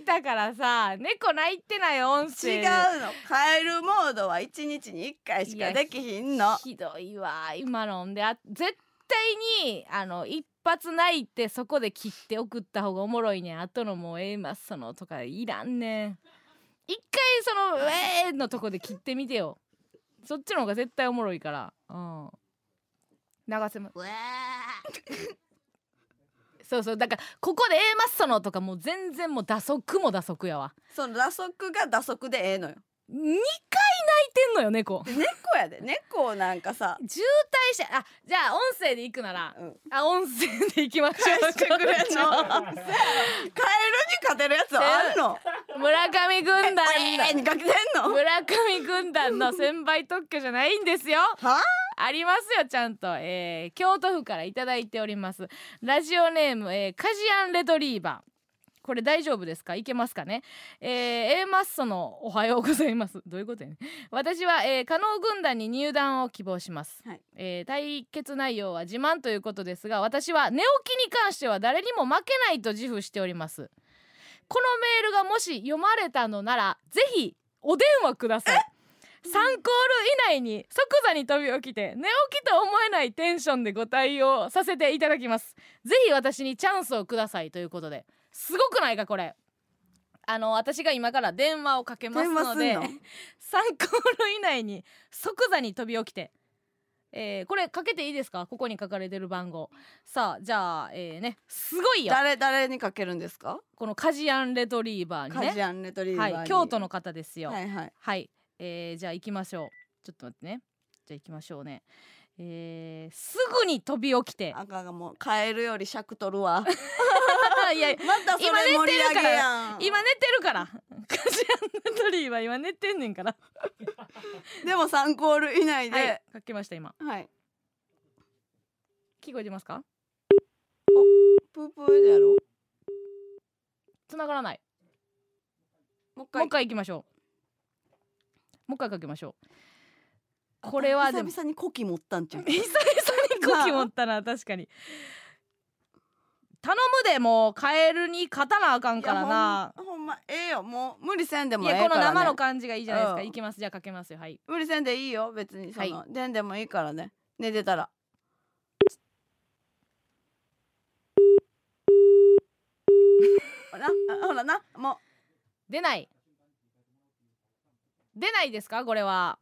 いたからさ猫泣いてない音声違うのカエルモードは一日に一回しかできひんのひどいわ今のんであ絶対にあの一発泣いてそこで切って送った方がおもろいねん後のもうええますそのとかいらんねん一回その「ええー」のとこで切ってみてよそっちの方が絶対おもろいからうん流せまわあそうそうだからここで「ええますその」とかもう全然もう打足も打足やわその打足が打足でええのよ2回泣いてんのよ猫で猫やで猫をなんかさ、渋滞してあじゃあ音声で行くなら うん、あ音声で行きましょう返してくれんの ちょカエルに勝てるやつはあるの村上軍団だええにかけてんのは村上軍団の先輩特許じゃないんですよあありますよちゃんと、えー京都府からいただいておりますラジオネーム、えーカジアンレトリーバーこれ大丈夫ですかいけますかねえー、A マッソのおはようございます どういうことやねん私は、えー、加納軍団に入団を希望します、はいえー対決内容は自慢ということですが私は寝起きに関しては誰にも負けないと自負しておりますこのメールがもし読まれたのならぜひお電話ください3コール以内に即座に飛び起きて寝起きと思えないテンションでご対応させていただきますぜひ私にチャンスをくださいということですごくないかこれあの私が今から電話をかけます電話のすんでの参考の以内に即座に飛び起きて、えーこれかけていいですかここに書かれてる番号さあじゃあ、えーねすごいよ 誰誰にかけるんですかこのカジアンレトリーバーにカジねアンレトリーバーに、はい京都の方ですよ、はいはいはい、えーじゃあ行きましょうちょっと待ってねじゃあ行きましょうねえーすぐに飛び起きて赤がもうカエルより尺取るわま いやたそれ盛り上げやん今寝てるからカジアンレトリーバー今寝てんねんからでも3コール以内はでいかけました今はい、聞こえてますかプープーやろ繋がらないもう一もう回一回行きましょうもう一回かけましょうこれはでも久々にコキ持ったんちゃう久々にコキ持ったな確かに頼むでもうカエルに勝たなあかんからなほんほんまええよもう無理せんでいもええから、やね、この生の感じがいいじゃないですかうんいきますじゃあかけますよはい無理せんでいいよ別にその、はでんでもいいからね寝てたらほらあほらなもう出ない出ないですかこれは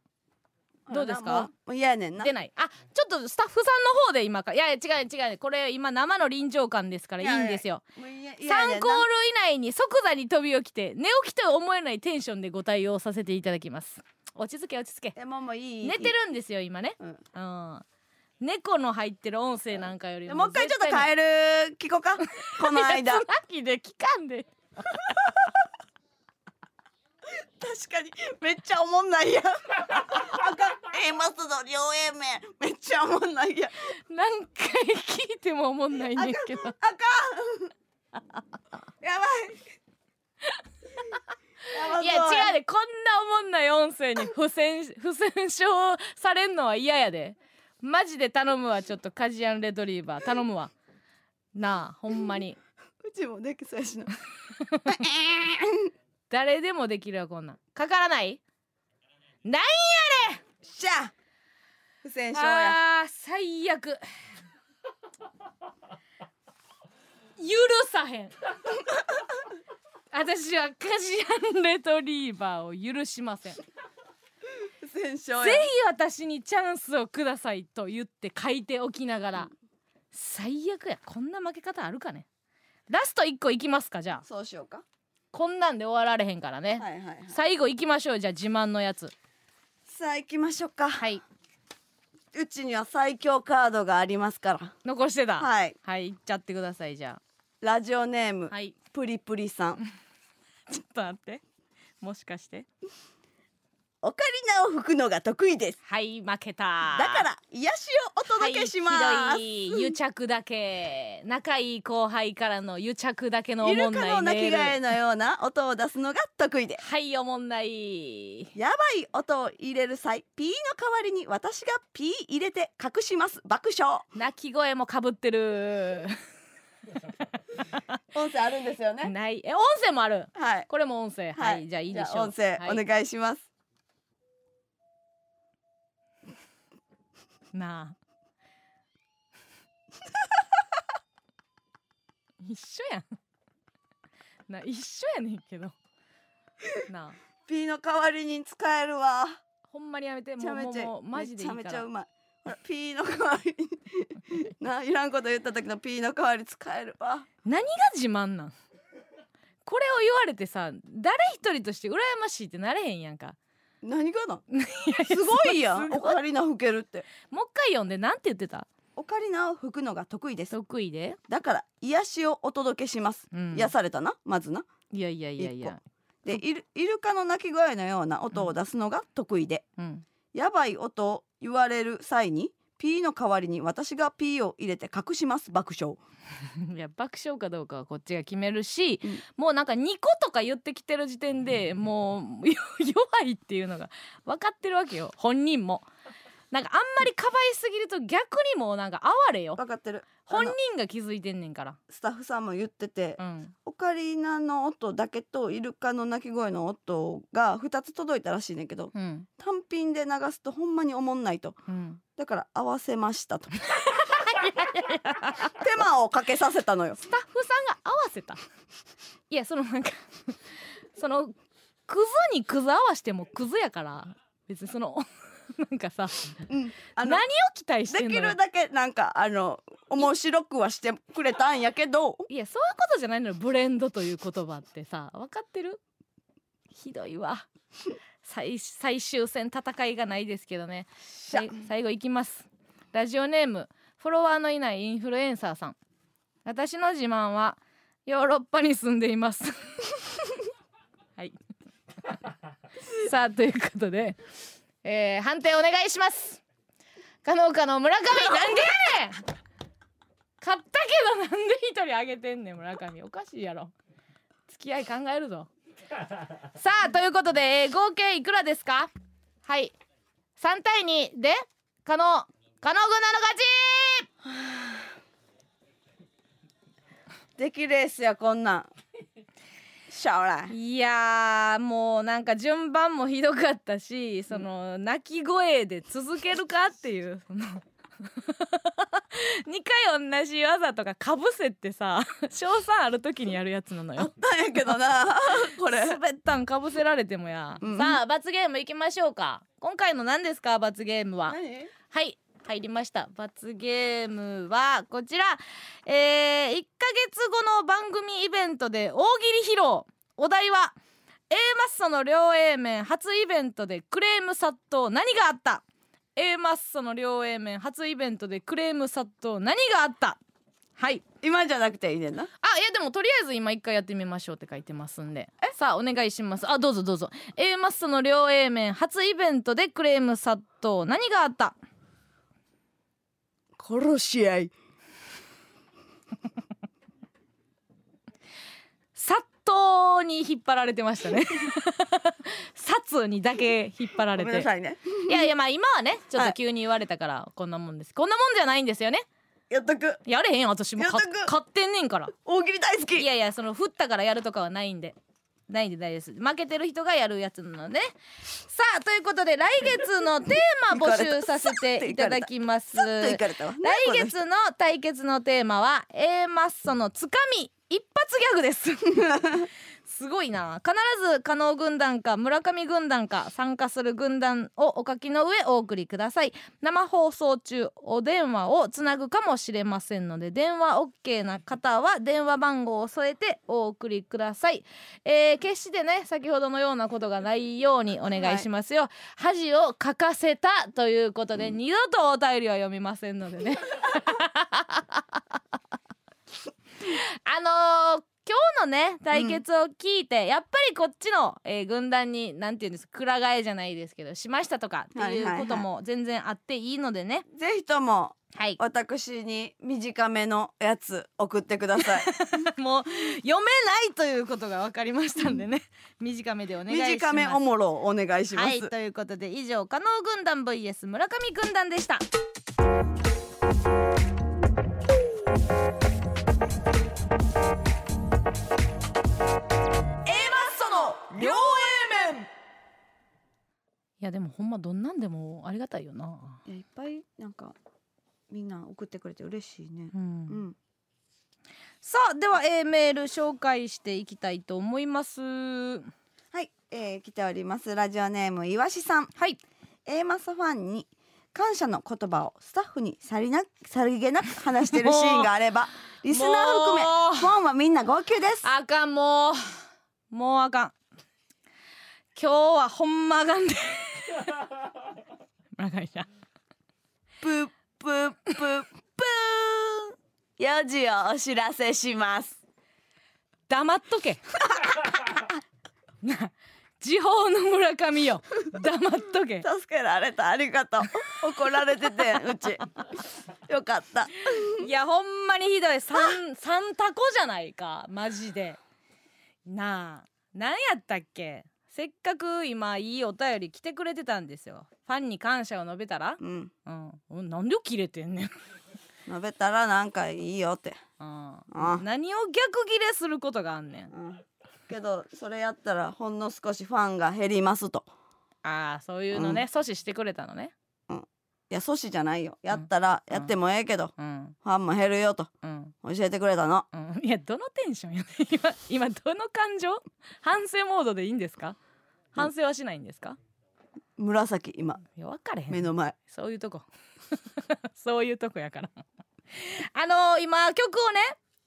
ほらなどうですかももう嫌やねんな出ないあちょっとスタッフさんの方で今かいやいや違う違うこれ今生の臨場感ですからいいんですよもう嫌嫌やね3んコーなル以内に即座に飛び起きて寝起きとは思えないテンションでご対応させていただきます落ち着け落ち着けえもうもういい寝てるんですよ今ねいいうんうん猫の入ってる音声なんかよりもう一回ちょっとえカエル聞こうかこの間 つ確なぎで聞かんでかにめっちゃおもんないやんあかんええマスの両 A 面めっちゃおもんないやん何回聞いても思んないねんけどあかんやばいばそういや違うでこんなおもんない音声に不戦不戦勝されんのは嫌やでマジで頼むわちょっとカジアンレトリーバー頼むわなあほんまにうちもできそうやしな誰でもできるわこんなんかからないないしゃあ不戦勝やあー最悪許さへ ん私はカジアンレトリーバーを許しません不戦勝ぜやひ私にチャンスをくださいと言って書いておきながら、最悪やこんな負け方あるかねラスト1個いきますかじゃあそうしようかこんなんで終わられへんからね、はいはいはい最後いきましょうじゃあ自慢のやつさあ行きましょうかはい、うちには最強カードがありますから残してたはいはいいっちゃってくださいじゃラジオネーム、あはいプリプリさんちょっと待ってもしかしてオカリナを吹くのが得意ですはい負けただから癒しをお届けします、はい、ひどい癒着だけ仲いい後輩からの癒着だけのおイもルんカなのい鳴メきール声のような音を出すのが得意ですはいおもんないやばい音を入れる際ピーの代わりに私がピー入れて隠します爆笑鳴き声もかぶってる音声あるんですよねないえ音声もあるはいこれも音声はい、じゃあいいでしょう音声、はいお願いしますなあ 一緒やんな一緒やねんけどなあピーの代わりに使えるわほんまにやめてめちもゃめうもうちゃもうマジでいいかめちゃめちゃらうまいほ らピーの代わりにないらんこと言った時のピーの代わり使えるわ何が自慢なんこれを言われてさ誰一人として羨ましいってなれへんやんか何が なやすごいやすんごいオカリナ吹けるってもう一回読んでなんて言ってたオカリナを吹くのが得意です得意で、だから癒しをお届けします、うん、癒されたなまずないやいやいやいやでイルイルカの鳴き声のような音を出すのが得意で、うんやばい音を言われる際に P の代わりに私が P を入れて隠します爆笑 いや爆笑かどうかはこっちが決めるし、うんもうなんか2個とか言ってきてる時点でもうよ弱いっていうのが分かってるわ けよ本人も。なんかあんまりかばいすぎると逆にもうなんか哀れよ分かってる本あの人が気づいてんねんから。スタッフさんも言ってて、うん、オカリナの音だけとイルカの鳴き声の音が2つ届いたらしいねんけどうん、単品で流すとほんまにおもんないとうん、だから合わせましたと手間をかけさせたのよスタッフさんが合わせたいやそのなんか そのクズにクズ合わしてもクズやから別にその なんかさうん、あ何のを期待してでんのきよるだけなんかあの面白くはしてくれたんやけどいやそういうことじゃないのよブレンドという言葉ってさ分かってるひどいわ最最終戦戦いがないですけどねゃ最最後いきますラジオネームフォロワーのいないインフルエンサーさん私の自慢はヨーロッパに住んでいますはい さあということで、えー判定お願いします加納家の村上なんでやねん買ったけどなんで一人あげてんねん村上おかしいやろ付き合い考えるぞさあということで、えー合計いくらですかはい3対2で加納加納軍団の勝ちできレースやこんなんしゃあないいやーもうなんか順番もひどかったしその泣き声で続けるかっていうその2回同じ技とかかぶせってさ賞賛ある時にやるやつなのよなんやけど なこれ滑ったんかぶせられてもや、うんさあ罰ゲームいきましょうか今回の何ですか罰ゲームは何はい入りました罰ゲームはこちら、えー、1ヶ月後の番組イベントで大喜利披露お題は A マッソの両 A 面初イベントでクレーム殺到何があった A マッソの両 A 面初イベントでクレーム殺到何があったはい今じゃなくていいねんなあいやでもとりあえず今一回やってみましょうって書いてますんでさあお願いしますあどうぞどうぞ A マッソの両 A 面初イベントでクレーム殺到何があった殺し合い殺到法に引っ張られてま したね札にだけ引っ張らごれめんてなさいねいやいやまあ今はねちょっはとい急に言われたからこんなもんです、こんなもんじゃないんですよねやっとくやれへんよ私もかやったく買ってんねんから大喜利大好きいやいやその振ったからやるとかはないんでないんでないです負けてる人がやるやつなのでねさあということで来月のテーマ募集させていただきますずっと行かれたわね来この人月の対決のテーマは A マッソのつかみ一発ギャグですすごいな必ず加納軍団か村上軍団か参加する軍団をお書きの上お送りください生放送中お電話をつなぐかもしれませんので電話 OK な方は電話番号を添えてお送りください、えー決してね先ほどのようなことがないようにお願いしますよ、恥をかかせたということで、二度とお便りは読みませんのでねあのー今日のね対決を聞いて、やっぱりこっちの、えー軍団になんていうんですくら替えじゃないですけどしましたとかっていうことも全然あっていいのでねぜひともはい、私に短めのやつ送ってくだ さい もう読めないということが分かりましたんでね 短めでお願いします短めおもろをお願いします、はいということで以上加納軍団 vs 村上軍団でしたの両 A 面いやでもほんまどんなんでもありがたいよな、いやいっぱいなんかみんな送ってくれて嬉しいねう。んうん。さあでは、えーメール紹介していきたいと思いますははい、えー、来ておりますラジオネームいわしさん。い A マスファンに感謝の言葉をスタッフにさりなさりげなく話してるシーンがあれ ばリスナー含めもうファンはみんな号泣です。あかんもうもうあかん今日はほんまあかんで村上さんぷーぷーぷーぷーん。四時をお知らせします。黙っとけなあ時報の村上よ黙っとけ助けられたありがとう。 怒られててうち。よかった。いやほんまにひどい三三タコじゃないかマジでなあ何やったっけせっかく今いいお便り来てくれてたんですよファンに感謝を述べたらうん。うんうんなんで切れてんねん、述べたらなんかいいよって。うん、あ何を逆切れすることがあんねんうんけどそれやったらほんの少しファンが減りますとああそういうのね、うん阻止してくれたのねいや阻止じゃないよやったらうんやってもええけど、うんファンも減るよとうん教えてくれたのうん、いやどのテンションやねん 今今どの感情反省モードでいいんですか反省はしないんですか紫今いや分かれへん目の前そういうとこ そういうとこやから あのー今曲をね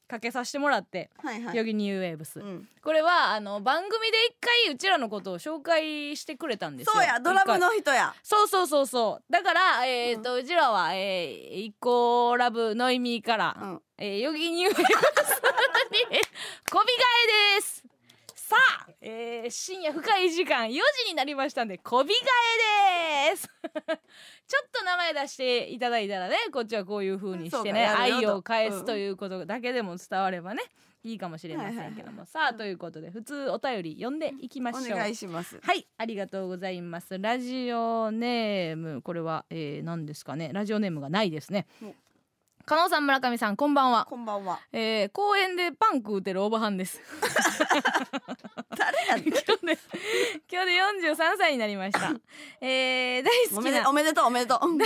かけさせてもらってはい「はヨギニューウェーブス」うん、これはあの番組で一回うちらのことを紹介してくれたんですよそうやドラム一回の人やそうそうそうそうだからえっ、と、うちらはえー、イコラブノイミーから、うんえー、ヨギニューウェーブスに こびがえですさあ、えー、深夜深い時間4時になりましたんでこびがえです ちょっと名前出していただいたらねこっちはこういう風にしてねそうかやる愛よとを返うすんということだけでも伝わればねいいかもしれませんけども、さあということで普通お便り読んでいきまおしょう願いしますはい、ありがとうございます。ラジオネーム、これは、えー、何ですかね。ラジオネームがないですねお。加納さん、村上さん、こんばんは。こんばんはえー、公園でパン食うてるおばはんです。誰 やねん今日で、今日で43歳になりました。えー、大お好めきでなお。めでとうおめでとうおめ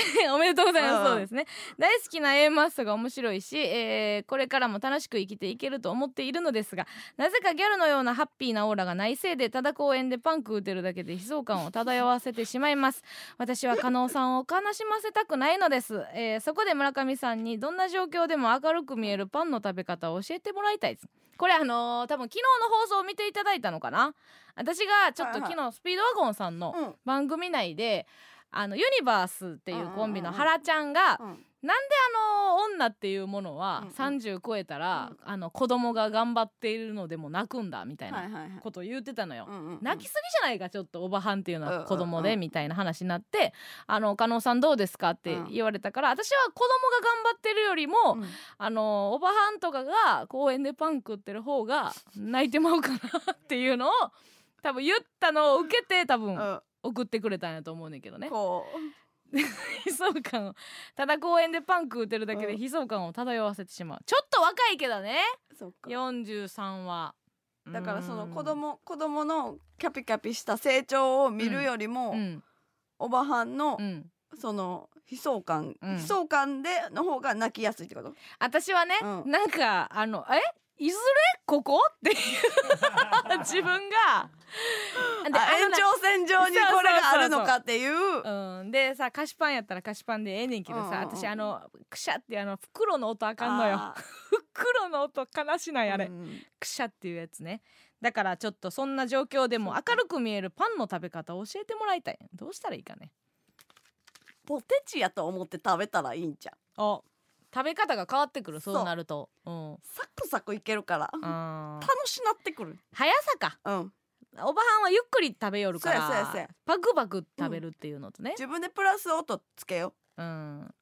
でと うございます、うんそうですね大好きな A マッソが面白いし、えーこれからも楽しく生きていけると思っているのですがなぜかギャルのようなハッピーなオーラがないせいでただ公園でパンク打てるだけで悲壮感を漂わせてしまいます私は加納さんを悲しませたくないのです、えーそこで村上さんにどんな状況でも明るく見えるパンの食べ方を教えてもらいたいですこれあのー多分昨日の放送を見ていただいたのかな私がちょっとはいはい昨日スピードワゴンさんの、うん番組内であのユニバースっていうコンビのうんうんうん原ちゃんが、うんあの女っていうものはうんうん30超えたら、あの子供が頑張っているのでも泣くんだみたいはいなはいはいことを言ってたのよ。うんうんうん泣きすぎじゃないかちょっとおばはんっていうのうんうんはうん子供でみたいな話になって「あの加納さんどうですか?」ってうん言われたから私は子供が頑張ってるよりも、うんあのおばはんとかが公園でパン食ってる方が泣いてまうかなっていうのを多分言ったのを受けて多分送ってくれたんやと思うねんけどうんねこ悲壮感をただ公園でパン食うてるだけうでん悲壮感を漂わせてしまうちょっと若いけどねうそっか43はだからその子うん供子供のキャピキャピした成長を見るよりも、うんおばはんの、うんその悲壮感、うん悲壮感での方が泣きやすいってこと私はね、うんなんかあのえいずれここって いう自分がでああの延な長線上にこれがあるのかっていううん、でさ菓子パンやったら菓子パンでええねんけどさ、うんうんうん私あのくしゃってあの袋の音あかんのよあ袋の音悲しないーあれ、うんくしゃっていうやつねだからちょっとそんな状況でも明るく見えるパンの食べ方を教えてもらいたいどうしたらいいかねポテチやと思って食べたらいいんじゃんあ食べ方が変わってくるそうそうなるとうんサクサクいけるからあー楽しなってくる速さかうんおばはんはゆっくり食べよるからそうやそうやそうやパクパク食べるっていうのとね、自分でプラス音つけようん。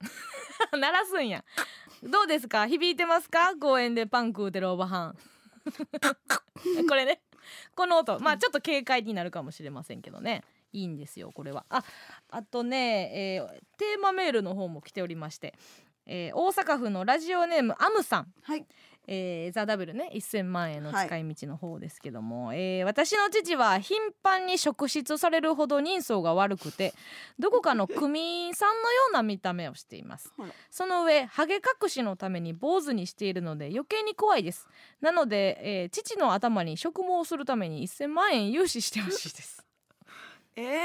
鳴らすんや。どうですか響いてますか公園でパン食うてるおばはん。 これね。この音。まあちょっと軽快になるかもしれませんけどね。いいんですよこれは。ああとね、えーテーマメールの方も来ておりまして。えー大阪府のラジオネームアムさん、はいえーザ・ダブルね1,000万円の使い道の方ですけども、えー私の父は頻繁に職質されるほど人相が悪くてどこかの組員さんのような見た目をしていますほらその上ハゲ隠しのために坊主にしているので余計に怖いですなので、えー父の頭に植毛するために1,000万円融資してほしいです ええ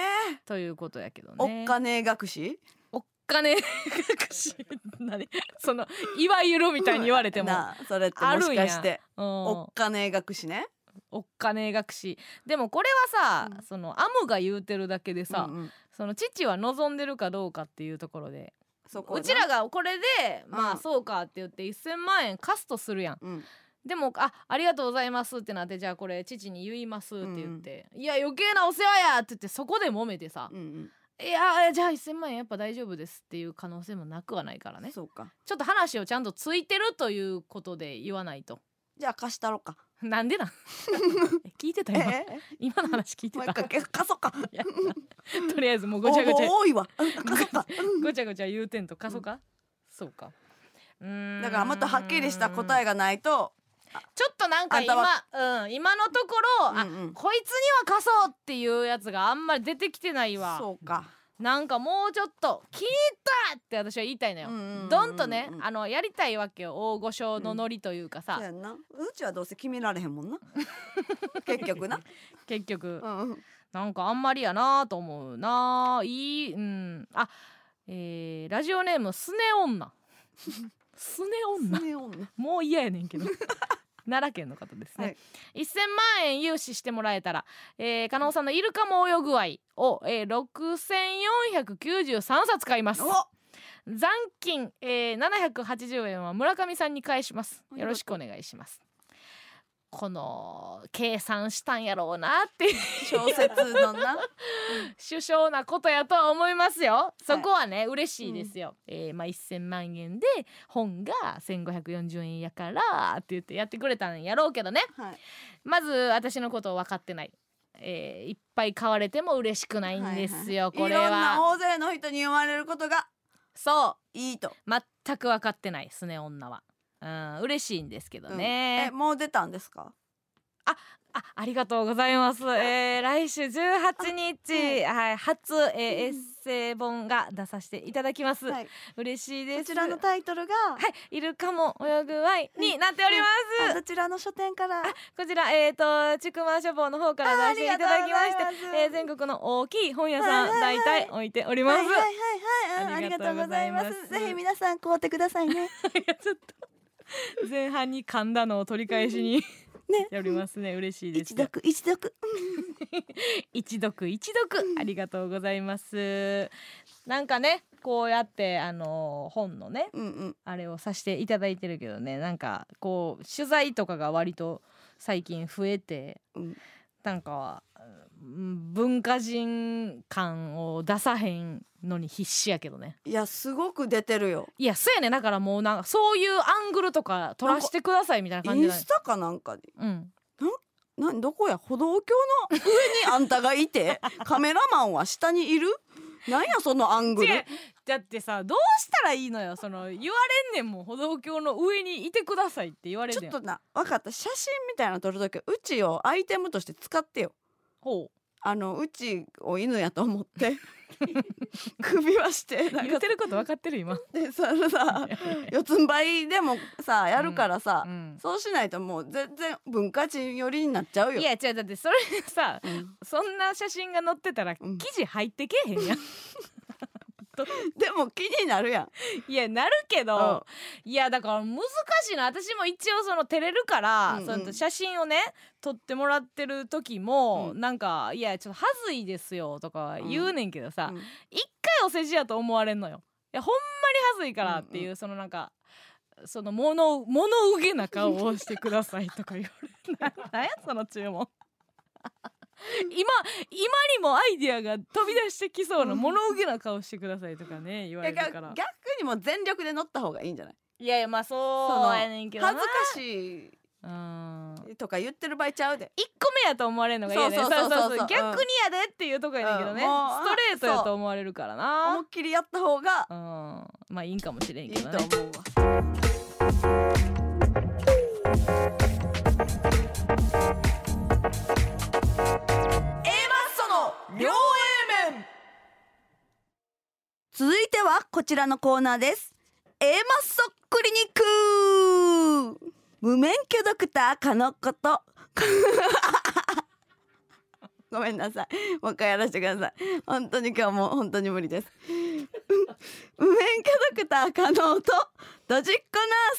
ということやけどねおっかねえ学士おっかね 隠し何そのいわゆるみたいに言われて も、なあそれってもしかしてうん、おっかねえ学士ねおっかねえ学士でもこれはさ、うんそのアムが言うてるだけでさ、うんうんその父は望んでるかどうかっていうところでそこうなちらがこれでんまあそうかって言って1,000万円カストするやんうんでもあありがとうございますってなってじゃあこれ父に言いますって言って、いや余計なお世話やって言ってそこで揉めてさ、うんいやじゃあ1,000万円やっぱ大丈夫ですっていう可能性もなくはないからうんねそうかちょっと話をちゃんとついてるということで言わないとじゃあ貸したろかな んでなん聞いてたえ今、え今の話聞いてもうた一回け貸そうかいやとりあえずもう ご応ちゃごち募ゃ多いわうん 貸そうかうんごちゃごちゃ言うてんと過疎か、そうかうーんだからもっとはっきりした答えがないとちょっとなんかあんた今うん今のところ、うあんうんこいつには貸そうっていうやつがあんまり出てきてないわそうかなんかもうちょっと聞いたって私は言いたいのよ、うんうんうんうんどんとねあのやりたいわけよ大御所のノリというかさ、そうやんなうちはどうせ決められへんもん な結局な結局、うんうんなんかあんまりやなと思うないいうんあえーラジオネームスネ女スネ女それをね もう嫌やねんけど 奈良県の方ですね、はい1000万円融資してもらえたら、えー、加納さんのイルカも泳ぐ愛を、えー、6493冊買いますお残金、えー、780円は村上さんに返しますありがとうよろしくお願いしますこの計算したんやろうなっていう小説のな首相なことやとは思いますよそこはね、嬉しいですよ、えーまあ、1,000万円で本が1,540円やからって言ってやってくれたんやろうけどねはいまず私のことを分かってない、えーいっぱい買われても嬉しくないんですよ、いろこんれはな大勢の人に言われることがそいいとう全く分かってないですね女はうん嬉しいんですけどうんね、えもう出たんですかあありがとうございます、えー、来週18日、はい、初、えーエッセイ本が出させていただきます、はい嬉しいですこちらのタイトルがはい、いるかも泳ぐワイになっております。あどちらの書店からこちら、えっ、と、ちくま書房の方かあらあ出しりていがたとうござだきまして。いますえー全国の大きい本屋はいさん、はいはい大体置 いておりまはす。いはいはいはいあありりががととううごござざいいまますすぜひ皆さん買うてください ねいやちょっと前半に噛んだのを取り返しにねやりま すね。嬉しいです一。読一読一読一読ありがとうございます。なんかね、こうやってあの本のねうんうんあれをさせていただいてるけどねなんかこう取材とかが割と最近増えて、うんなんかうん文化人感を出さへんのに必死やけどねいやすごく出てるよいやそうやねだからもうなんかそういうアングルとか取らせてくださいみたいなイ感ンじだねスタかなんかでうんなんどこや歩道橋の上にあんたがい てカメラマンは下にいるなんやそのアング違ルうだってさどうしたらいいのよその言われんねんもん歩道橋の上にいてくださいって言われちるょねっとんな分かった写真みたいなの撮るときうちをアイテムとして使ってよほうあのうちを犬やと思って 首はしてなん言かってること分かってる今、で そのさ四つん這いでもさやるからさ、うんそうしないともう全然文化人寄りになっちゃうよいや違うだってそれさうんそんな写真が載ってたらうん記事入ってけえへんやんでも気になるやんいやなるけど、いやだから難しいな私も一応その照れるから、うんうんその写真をね撮ってもらってる時も、うなんか「いやちょっと恥ずいですよ」とか言うねんけどさ、うん一回お世辞やと思われんのよ。いやほんまに恥ずいからっていう、うんそのなんかその物物憂げな顔をしてくださいとか言われるななんやその注文今今にもアイディアが飛び出してきそうな物憂げな顔してくださいとかね言われいやる逆から逆にもう全力で乗った方がいいんじゃないいやいやまあそうやねんけどな恥ずかしうんいとか言ってる場合ちゃうで一個目やと思われるのが嫌ねそうそうそうそううん逆にやでっていうとこやねんけどね、うんもうストレートやと思われるからな思いっきりやった方がうんまあいいんかもしれいんいけとど思ねうわその両 A 面続いてはこちらのコーナーです A マッソクリニック無免許ドクターかのこと ごめんなさいもう一回やらせてください本当に今日もう本当に無理です無免許ドクター加納とドジっ子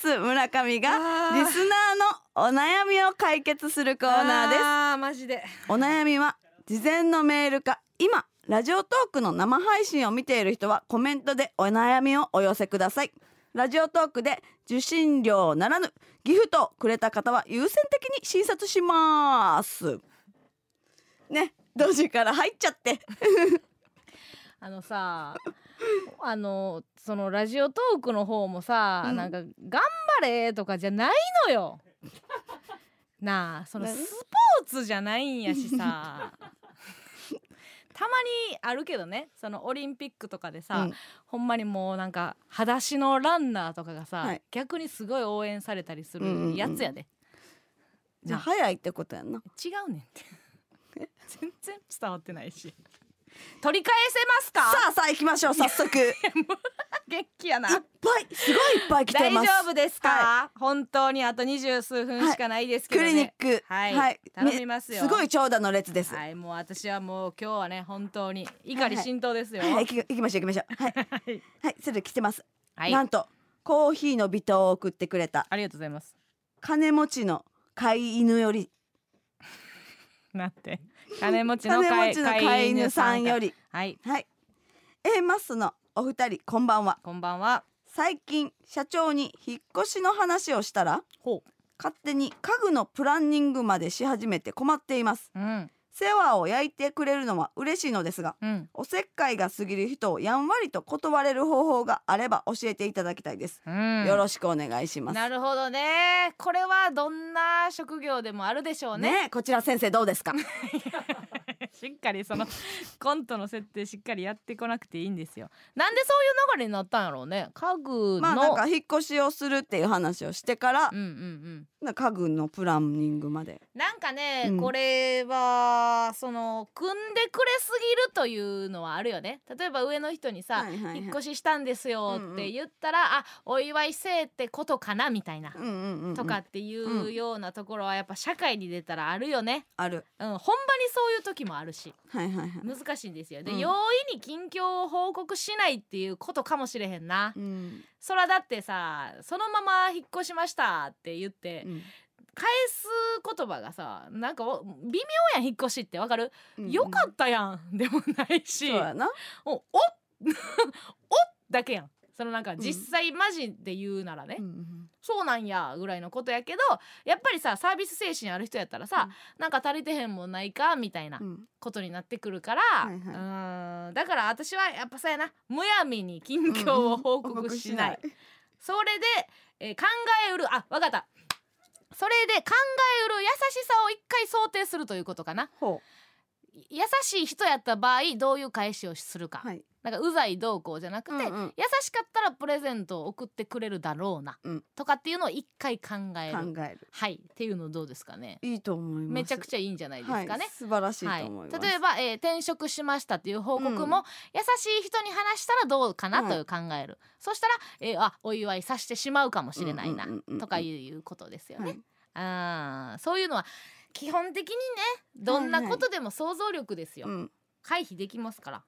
ナース村上があーリスナーのお悩みを解決するコーナーですあーマジでお悩みは事前のメールか今ラジオトークの生配信を見ている人はコメントでお悩みをお寄せくださいラジオトークで受信料ならぬギフトをくれた方は優先的に診察しますねドジから入っちゃってあのさあのそのラジオトークの方もさ、うんなんか「頑張れ」とかじゃないのよ。なあその何スポーツじゃないんやし さたまにあるけどねそのオリンピックとかでさ、うんほんまにもうなんか裸足のランナーとかがさ、はい逆にすごい応援されたりすうんうんうるんやつやで。じゃあなあ早いってことやんな違うねんって 全然伝わってないし。取り返せますかさあさあ行きましょう早速いっ元気やなぱいすごいいっぱい来て大ます丈夫ですか、本当にあと二十数分しかないですけどクね、リニックはい、頼みますよすごい長蛇の列です、はいもう私はもう今日はね本当に怒り浸透ですよはい、行き行きましょう行きましょう。はい、はいはい、それ来てます。はいなんとコーヒーの微糖を送ってくれたありがとうございます金持ちの飼い犬よりなって金持ちの金飼持いちの飼い犬さんよりりはいはい A マスのお二人こんばんはこんばんは最近社長に引っ越しの話をしたらほ勝手に家具のプランニングまでし始めて困っていますううん世話を焼いてくれるのは嬉しいのですがうんおせっかいが過ぎる人をやんわりと断れる方法があれば教えていただきたいです、うんよろしくお願いしますなるほどねこれはどんな職業でもあるでしょうねねえこちら先生どうですか しっかりその コントの設定しっかりやってこなくていいんですよなんでそういう流れになったんやろうね家具の、まあなんか引っ越しをするっていう話をしてからうんうんうんな家具のプランニングまでなんかね、うんこれはその組んでくれすぎるというのはあるよね例えば上の人にさ、はいはいはい引っ越ししたんですよって言ったら、あお祝いせえってことかなみたいな、うんうんうんうんとかっていううようなところはやっぱ社会に出たらあるよね、あるうん、本場にそういう時もあるしはいはいはい、難しいんですよで、うん容易に近況を報告しないっていうことかもしれへんな、うんそらだってさそのまま引っ越しましたって言って、うん返す言葉がさなんかお微妙やん引っ越しってわかる、うんよかったやんでもない そしうやなおおおっだけやんそのなんか実際マジで言うならね、そうなんやぐらいのことやけどやっぱりさサービス精神ある人やったらうさ、んなんか足りてへんもんないかみたいなうんことになってくるから、いはいうーんだから私はやっぱさやなむやみに近況を報告しない、それで、えー考えうるあわかったそれで考えうる優しさを一回想定するということかなほい優しい人やった場合どういう返しをするか、うはいなんかうざいどうこうじゃなくて、うんうん優しかったらプレゼントを送ってくれるだろうな、うんとかっていうのを一回考える考えるはいっていうのどうですかねいいと思いますめちゃくちゃいいんじゃないですかね、はい、素晴らしいはいと思います、例えば、えー転職しましたっていう報告も、優しい人に話したらどうかなという考える、そしたら、えーあお祝いさせてしまうかもしれないなうんうんうんうんうんとかいうことですよね、はいあーそういうのは基本的にねどんなことでも想像力ですよ、うん、回避できますから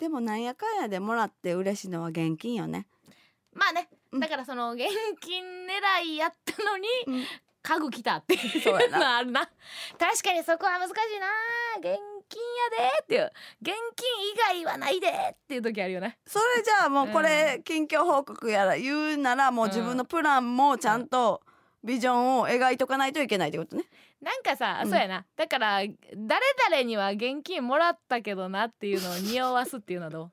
でもなんやかんやでもらって嬉しいのは現金よね、まあねうんだからその現金狙いやったのにうん家具来たっていうそうやなのはあるな確かにそこは難しいな現金やでっていう現金以外はないでっていう時あるよねそれじゃあもうこれ近況報告やら言うならもう自分のプランもちゃんとビジョンを描いとかないといけないってことね。なんかさ、うんそうやなだから誰々には現金もらったけどなっていうのを匂わすっていうのは どう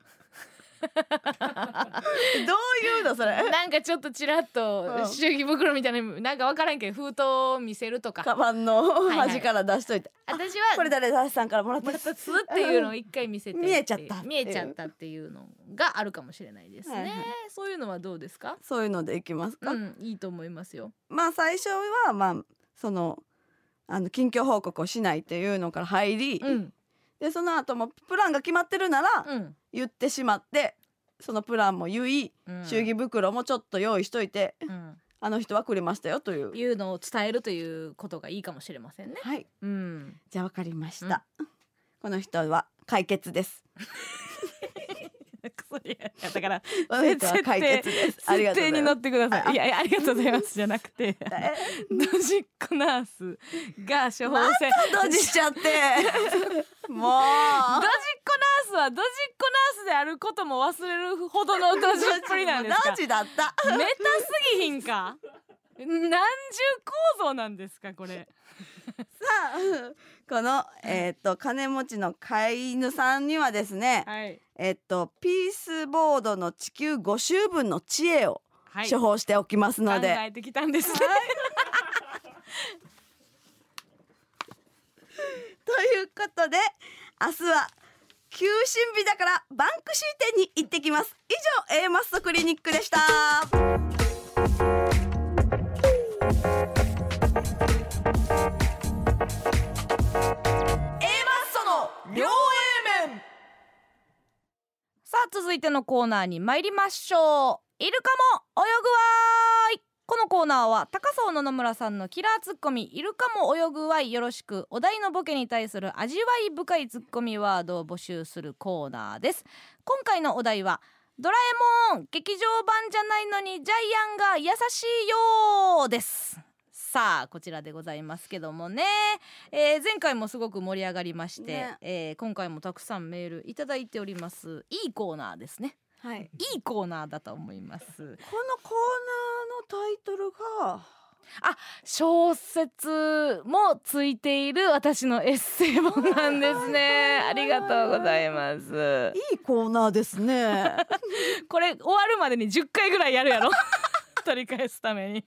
どういうのそれ？なんかちょっとちらっうとん祝儀袋みたいななんかわからんけど封筒を見せるとかカバンのいはい端から出しといて。私はこれ誰ださんからもらったやもらっつたっすっていうのを一回見せて見えちゃった見えちゃったっていうのがあるかもしれないですね、はいはいそういうのはどうですかそういうのでいきますか。うんいいと思いますよまあ最初はまあそのあの近況報告をしないっていうのから入り、うんでその後もプランが決まってるならうん言ってしまって、そのプランも言い、うん祝儀袋もちょっと用意しといて、うんあの人はくれましたよという。いうのを伝えるということがいいかもしれませんねはい。うんじゃあわかりました、この人は解決です クソいやだからこの人は解決ですありがとうございますってくださいいやいやありがとうございますじゃなく てドジっ子ナースが処方箋えドジしち ゃってもうドジっ子ナースはドジっ子ナースであることも忘れるほどのドジっぷりなんですかドジだったメタすぎひんか何重構造なんですかこれさあこのえーっと金持ちの飼い犬さんにはですねはいえーっとピースボードの地球5周分の知恵をはい処方しておきますので、考えてきたんですねということで明日は休診日だからバンクシー店に行ってきます以上 A マッソクリニックでした両 A 面さあ続いてのコーナーに参りましょうイルカも泳ぐわーいこのコーナーは高層野々村さんのキラーツッコミイルカも泳ぐわいよろしくお題のボケに対する味わい深いツッコミワードを募集するコーナーです今回のお題はドラえもん劇場版じゃないのにジャイアンが優しいよーですさあこちらでございますけどもね、えー前回もすごく盛り上がりまして、ねえー今回もたくさんメールいただいておりますいいコーナーですねはいいいコーナーだと思いますこのコーナーのタイトルが小説もついている私のエッセイ本なんですねありがとうございますいいコーナーです ねこれ終わるまでに10回ぐらいやるやろ取り返すために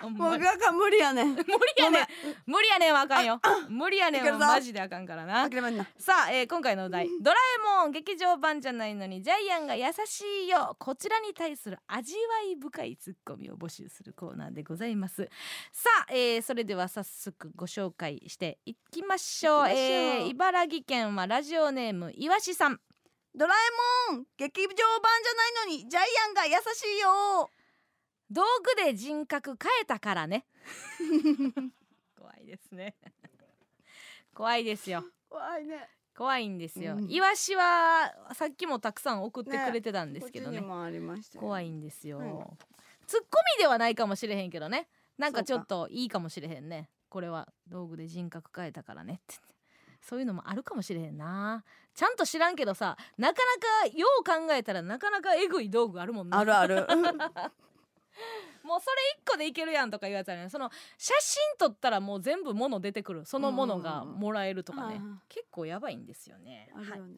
ほんもうまなんにか無理やねん無理やねん無理やねんはあかんよ無理やねんいけはるぞマジであかんからな諦めんなさあ、えー今回のお題「ドラえもん劇場版じゃないのにジャイアンが優しいよ」こちらに対する味わい深いツッコミを募集するコーナーでございますさあ、えーそれでは早速ご紹介していきましょ行うきましょうえー茨城県はラジオネームいわしさんドラえもん劇場版じゃないのにジャイアンが優しいよ道具で人格変えたから ね怖いですね怖いですよ怖いね怖いんですよ、うんいわしはさっきもたくさん送ってくれてたんですけどこっねちにもありましたよ怖いんですよ、はいツッコミではないかもしれへんけどねなんかちょっそといいかもしれへんねこれは道具で人格変えたからねってそういうのもあるかもしれへんなちゃんと知らんけどさなかなかよう考えたらなかなかえぐい道具あるもんなある あるもうそれ一個でいけるやんとかいうやつあるねその写真撮ったらもう全部物出てくるそのものがもらえるとかね、うん結構やばいんですよねあるはいよね、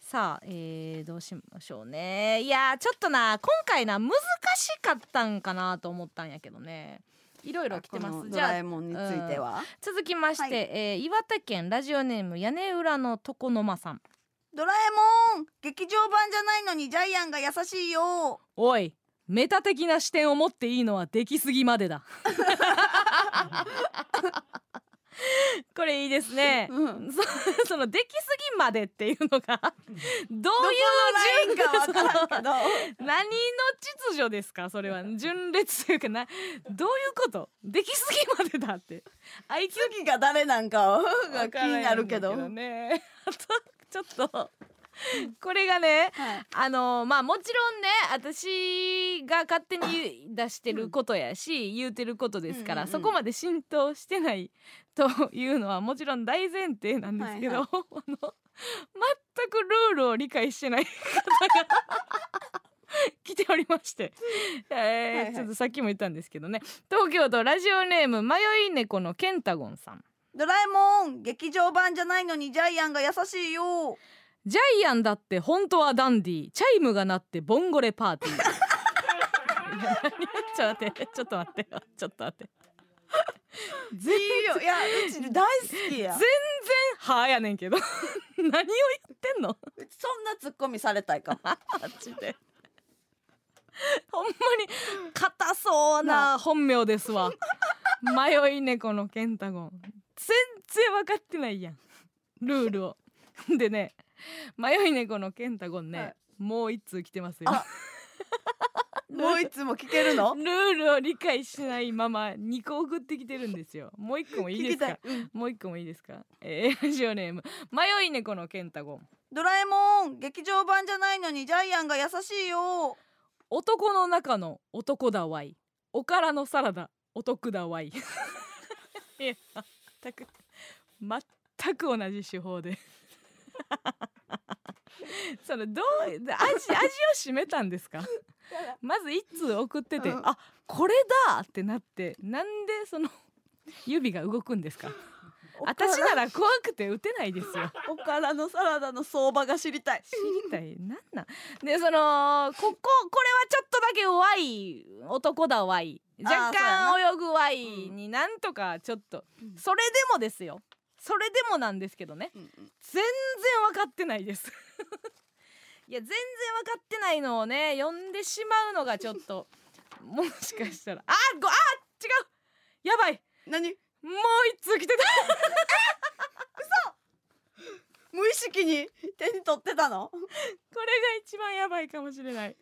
さあ、えーどうしましょうねいやーちょっとな今回な難しかったんかなと思ったんやけどねいろいろ来てこまのすドじゃあラえもんについては、続きまして、はいえー岩手県ラジオネーム屋根裏の床の間さんドラえもん劇場版じゃないのにジャイアンが優しいよおいメタ的な視点を持っていいのはできすぎまでだ これいいで すね、うんそそ のできすぎまでっていうのがどどこういうの順ラインかわからん けど何の秩序ですかそれは 順列というかなどういうことできすぎまでだってあいつ次が誰なんかが気になるけどね あとちょっとこれがねはいあのまあもちろんね私が勝手に出してることやし、言うてることですから、うんうんうんそこまで浸透してないというのはもちろん大前提なんですけはど、いは あの全くルールを理解してない方が 来ておりまして、えーはいはいちょっとさっきも言ったんですけどね東京都ラジオネーム迷い猫のケンタゴンさんドラえもん劇場版じゃないのにジャイアンが優しいよジャイアンだって本当はダンディチャイムが鳴ってボンゴレパーティーちょっと待ってちょっと待ってよちょっと待っていい よいやうち大好きや全然はーやねんけど 何を言ってんのうちそんなツッコミされたいかもマジでほんまに硬そうな本名ですわ迷い猫のケンタゴン全然分かってないやんルールをでね迷い猫のケンタゴンね、はいもう一通来てますよあもういつも聞けるのルールを理解しないまま2個送ってきてるんですよもう1個もい聞いできすたい、かうんもう1個もいいですかえー、ラジオネーム迷い猫のケンタゴンドラえもん劇場版じゃないのにジャイアンが優しいよ男の中の男だわいおからのサラダお得だわい いや全く全く同じ手法で そのどう味味を占めたんですかまず一通送ってて、うんあこれだってなってなんでその指が動くんですかおから私なら怖くて打てないですよおからのサラダの相場が知りたい知りたいなんなんでそのこここれはちょっとだけワイ男だワイあー若そ干泳ぐワイうんになんとかちょっと、うんそれでもですよそれでもなんですけどね全然分かってないです いや全然分かってないのをね呼んでしまうのがちょっと もしかしたらあごあ違うやばい何もう一通来てた 無意識に手に取ってたのこれが一番やばいかもしれない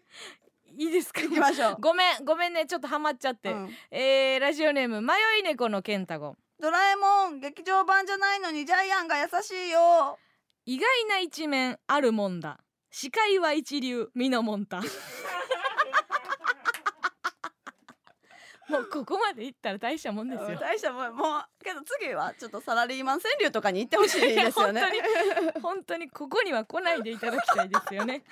いいですか行きましょうごめんごめんねちょっとハマっちゃって、うんえーラジオネーム迷い猫のケンタゴンドラえもん劇場版じゃないのにジャイアンが優しいよ意外な一面あるもんだ視界は一流ミノモンタもうここまでいったら大したもんですよ大したもんもうけど次はちょっとサラリーマン川柳とかに行ってほしいですよねいや本当に本当にここには来ないでいただきたいですよ ね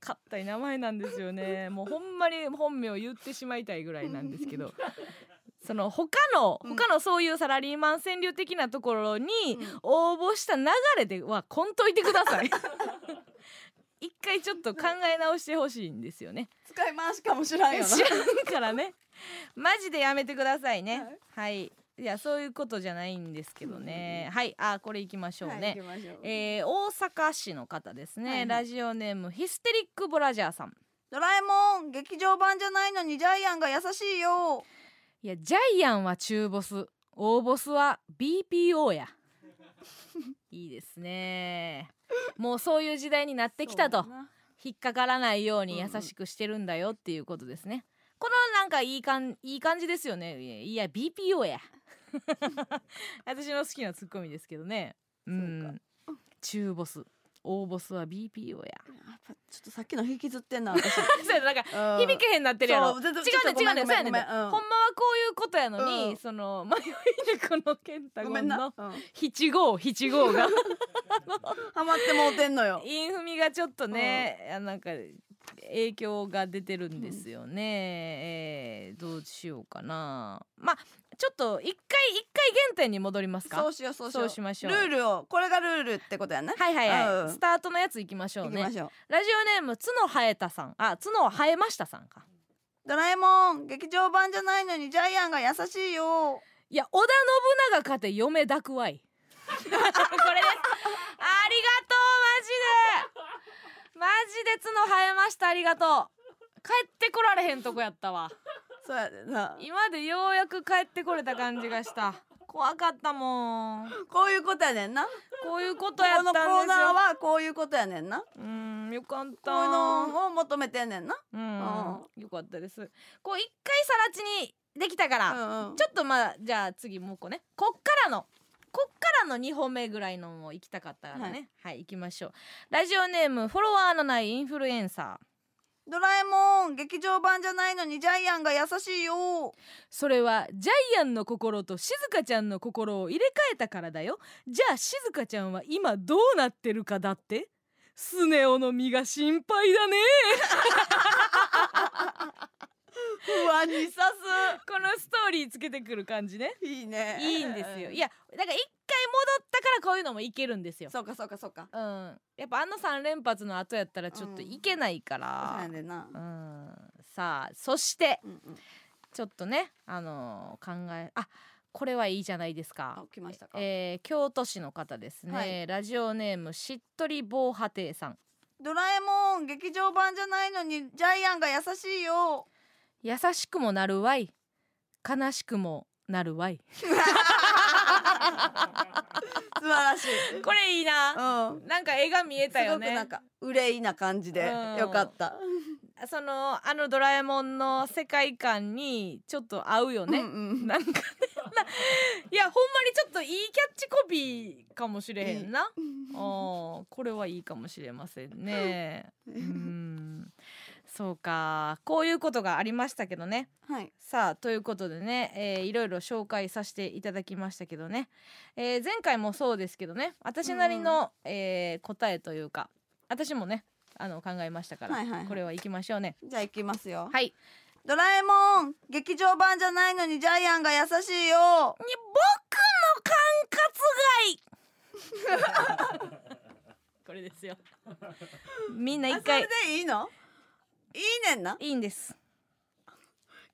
硬い名前なんですよねもうほんまに本名言ってしまいたいぐらいなんですけどその他のうん他のそういうサラリーマン川柳的なところにうん応募した流れではこんといてください 一回ちょっと考え直してほしいんですよね使い回しかもしらんよな知らんからね マジでやめてくださいねはいはい、い、やそういうことじゃないんですけどね、はいあこれいきましょうはいね、行きましょうえー大阪市の方ですね、はいはいラジオネームヒステリックブラジャーさんドラえもん劇場版じゃないのにジャイアンが優しいよいやジャイアンは中ボス大ボスは BPO や いいですねもうそういう時代になってきたとそうだな引っかからないよううにんうん優しくしてるんだよっていうことですね、このなんかいいかんいい感じですよねいやいや BPO や私の好きなツッコミですけどねうそうん中ボス大ボスは BPO ややっぱちょっとさっきの引きずってんな私 そうやななんか響響けへんなってるやろ違うね違うねそうやごめんねんでほんまはこういうことやのに、うんその迷い猫の健太ご君めんのなうん七五七五がハマってもうてんのよインフミがちょっとね、あなんか影響が出てるんですよね、えーどうしようかなまあちょっと一回一回原点に戻りますかそうしようそうしようそうしましょうルールをこれがルールってことやねはいはいはい、うんスタートのやついきましょ行うきねましょうラジオネーム角生えたさんあ角生えましたさんかドラえもん劇場版じゃないのにジャイアンが優しいよいや織田信長かて嫁抱 くわいこれですありがとうマジでマジで角生えましたありがとう帰ってこられへんとこやったわそうやでな今でようやく帰ってこれた感じがした怖かったもんこういうことやねんなこういうことこやったんのでコすよーナーはこういうことやねんなこうんよかっうたいうのを求めてんねんなうんよかったですこう一回さらちにできたから、うんうんちょっとまあじゃあ次もう一個ねこっからのこっからの2本目ぐらいのも行きたかったからねはい、行きましょうラジオネームフォロワーのないインフルエンサードラえもん劇場版じゃないのにジャイアンが優しいよそれはジャイアンの心と静香ちゃんの心を入れ替えたからだよじゃあ静香ちゃんは今どうなってるかだってスネ夫の身が心配だね不安にさこのストーリーつけてくる感じねすいいねいいんですよいやだから一回戻ったからこういうのもいけるんですよそうかそうかそうかうんやっぱあの3連発の後やったらちょっといけないかそうらや、ねんなうん、さあそしてうんうんちょっとねあのー考えあこれはいいじゃないですかあ来ましたかえー京都市の方ですね、はいラジオネームしっとり防波堤さんドラえもん劇場版じゃないのにジャイアンが優しいよ優しくもなるわい悲しくもなるわい素晴らしいこれいいなうんなんか絵が見えたよすごくなねんか憂いな感じでうんよかった。そのあのドラえもんの世界観にちょっと合うよね、うんうんなんかね ないやほんまにちょっといいキャッチコピーかもしれへんな、あーこれはいいかもしれませんねうんそうかこういうことがありましたけどねはい。さあということでね、えーいろいろ紹介させていただきましたけどね、えー前回もそうですけどね私なりの、えー答えというか私もねあの考えましたから、はいはいはいこれは行きま しょうねじゃあ行きますよ。はいドラえもん劇場版じゃないのにジャイアンが優しいよ。に僕の管轄外 これですよみんなあ一それ回でいいの？いいねんな。いいんです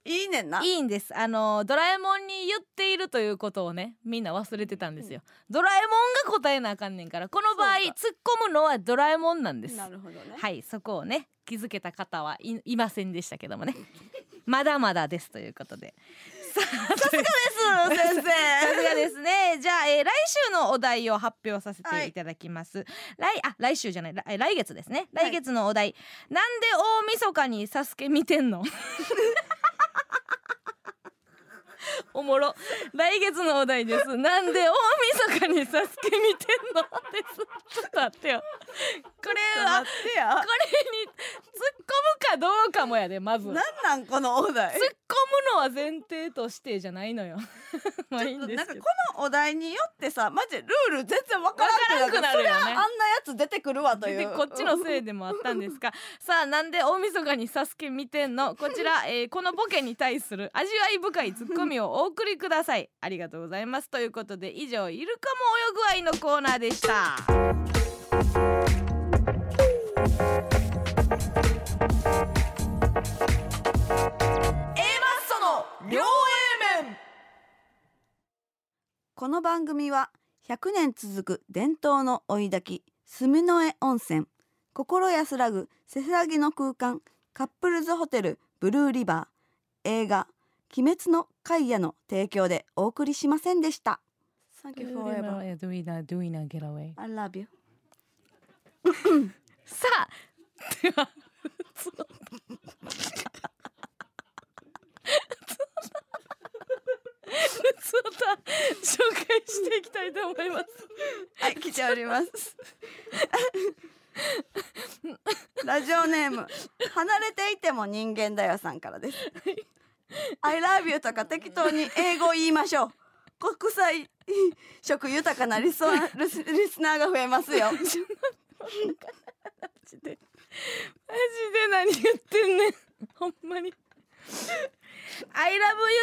いいねんな。いいんですあのドラえもんに言っているということをねみんな忘れてたんですよ、ドラえもんが答えなあかんねんからこの場合そう突かっ込むのはドラえもんなんですなるほどね。はいそこをね気づけた方はいいませんでしたけ どもねまだまだですということでさあさすが そう 先さす生。がですね。 じゃあ、えー来週のお題を発表させていただきます。来あ来週じゃない来来月ですね。はい来月のお題、なんで大晦日にサスケ見てんの？ おもろ来月のお題ですなんで大晦日にサスケ見てんの ですちょっと待ってよこれはこてやれに突っ込むかどうかもやで まず突っ込むなんなんこのお題。のは前提としてじゃない のよまあいいんですけなどんかこのお題によってさ、マジでルール全然わからんわからんくなるよねそりゃあんなやつ出てくるわという。でこっちのせいでもあったん ですかさあなんで大晦日にサスケ見てんのこちら、えーこのボケに対する味わい深いツッコミをお送りくださいありがとうございますということで以上イルカも泳ぐ愛のコーナーでしたその両 A 面この番組は100年続く伝統の追い炊き住之江温泉心安らぐせせらぎの空間カップルズホテルブルーリバー映画鬼滅の海夜の提供でお送りしませんでした Thank you forever I love you さあではそのその 紹介していきたいと思います はい来ております ラジオネーム離れていても人間だよさんからです I love you とか適当に英語を言いましょう国際色豊かなリスナーリスリスナーが増えますよジでマジで何言ってんねんほんまに「I love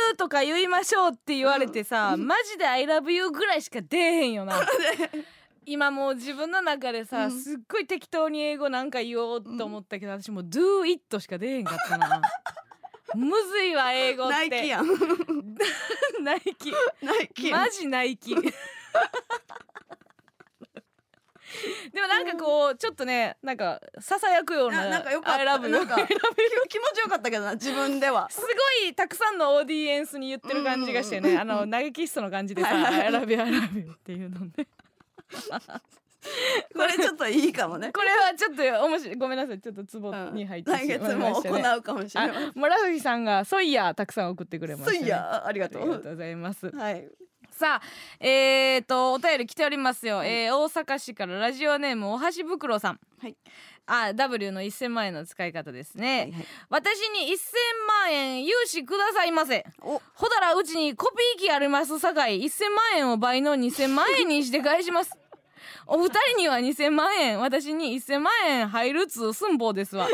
you」とか言いましょうって言われてさ、マジで「I love you」ぐらいしか出えへ んよな今もう自分の中でさ、うんすっごい適当に英語なんか言おうと思ったけど、私もう「do it」しか出えへんかっ たなむずいわ英語ってナイキやん ナイキナイキやんマジナ イキでもなんかこうちょっとねなんかささやくようなななんかよかった I love you なんかき気持ちよかったけどな自分ではすごいたくさんのオーディエンスに言ってる感じがしてね、あの投げキッスの感じでさはいはい「I love you I love you」ってい うので、これちょっといいかもねこれはちょっと面白いごめんなさいちょっとツボに入って来しま月いまもしたね行うかもしれないあ村崎さんが「ソイヤー」たくさん送ってくれました、そね、いやありあがとりがとううございますはいさあえー、とお便り来ておりますよ、えー大阪市からラジオネームおはしぶくろさん、はいあ W の1000万円の使い方ですね、いはい私に1000万円融資くださいませおほだらうちにコピー機ありますさかい1000万円を倍の2000万円にして返します お二人には2000万円私に1000万円入るつ寸法ですわ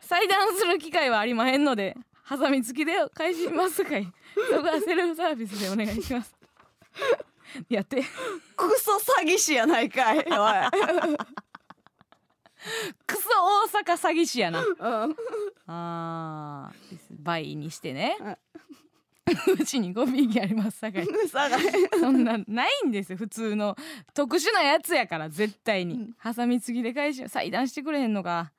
裁断する機会はありまへんのでハサミ付きで返しますさかいそこはセルフサービスでお願いします やってクソ詐欺師やないかいおい、クソ大阪詐欺師やなうん、あー倍にしてねは うちにコピー機ありますさかいさが そんなんないんですよ普通の特殊なやつやから絶対に、ハサミ継ぎで返し裁断してくれへんのか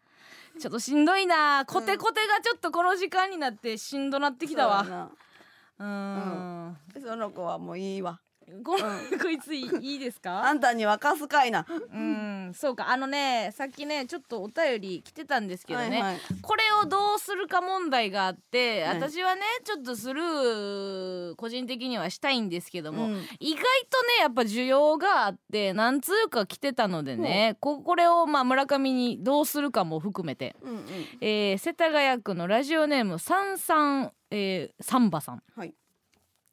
ちょっとしんどいなコテコテがちょっとこの時間になってしんどなってきたわそうやなうーんその子はもういいわごめんこいついいいいですあかんたには貸すかいなうんそうかあのねさっきねちょっとお便り来てたんですけどね、はいはいこれをどうするか問題があって、はい私はねちょっとスルー個人的にはしたいんですけどうも、ん意外とねやっぱ需要があって何通か来てたのでねここれをまあ村上にどうするかも含めて、うんうんえー世田谷区のラジオネームさんさん、えー、サンバさん、はい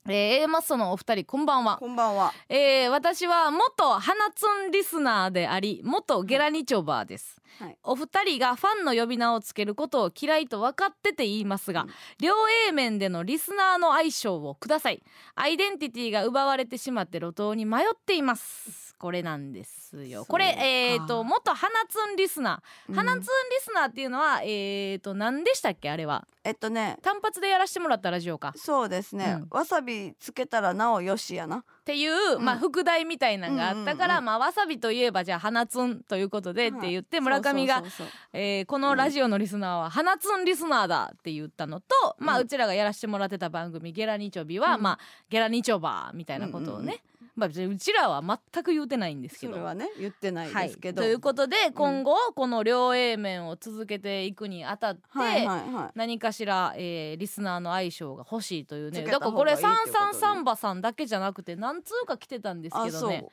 えー、A マッソのお二人こんばんはこ。んばんはえー私は元花ツンリスナーであり元ゲラニチョバーです、はいお二人がファンの呼び名をつけることを嫌いと分かってて言いますが、うん両 A 面でのリスナーの相性をくださいアイデンティティが奪われてしまって路頭に迷っていますこれなんですよこれそうかえー、と元花ツンリスナー、うん花ツンリスナーっていうのはえー、と何でしたっけあれはえっとね単発でやらせてもらったラジオかそうですね、うんわさびつけたらなおよしやなっていう、うんまあ副題みたいなのがあったから、うんうんうんまあわさびといえばじゃあ花ツンということでって言って村上がそうそうそうそうえーこのラジオのリスナーは花ツンリスナーだって言ったのと、まあうんうちらがやらせてもらってた番組ゲラニチョビは、うんまあゲラニチョバーみたいなことをうんうんうね、まあ別にうちらは全く言うてないんですけそどれ。はね言ってないですけど、ということでん今後この両 A 面を続けていくにあたって、はいはいは何かしら、えーリスナーの相性が欲しいというねつけただから方こがいいってれこと三ね三サンバさんだけじゃなくて何通か来てたんですいけあどそう、ね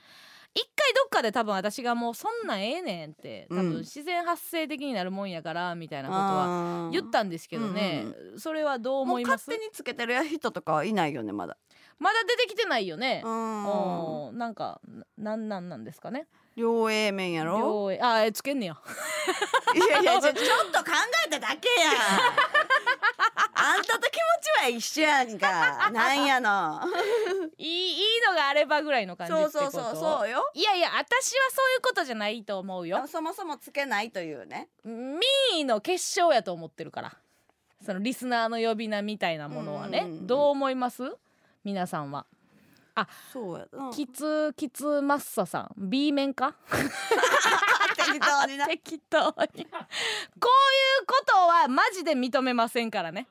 一回どっかで多分私がもうそんなんええねんって多うん分自然発生的になるもんやからみたいなことはあー言ったんですけどね、それはどうも思ういます勝手につけてる人とかはいないよねまだまだ出てきてないよねう、んおーなんかななんなんなんですかね両 A 面やろ両あーつけんねや いやい やちょちょっと考えただけやん あんたと気持ちは一緒やんかなんやのいいいいのがあればぐらいの感じってそこうとそうそうそうよいやいや私はそういうことじゃないと思うよそもそもつけないというねミーの結晶やと思ってるからそのリスナーの呼び名みたいなものはね、うんうんうんどう思います皆さんはそうやなキツキツマッサさん B 面か適当にな 適当にこういうことはマジで認めませんからね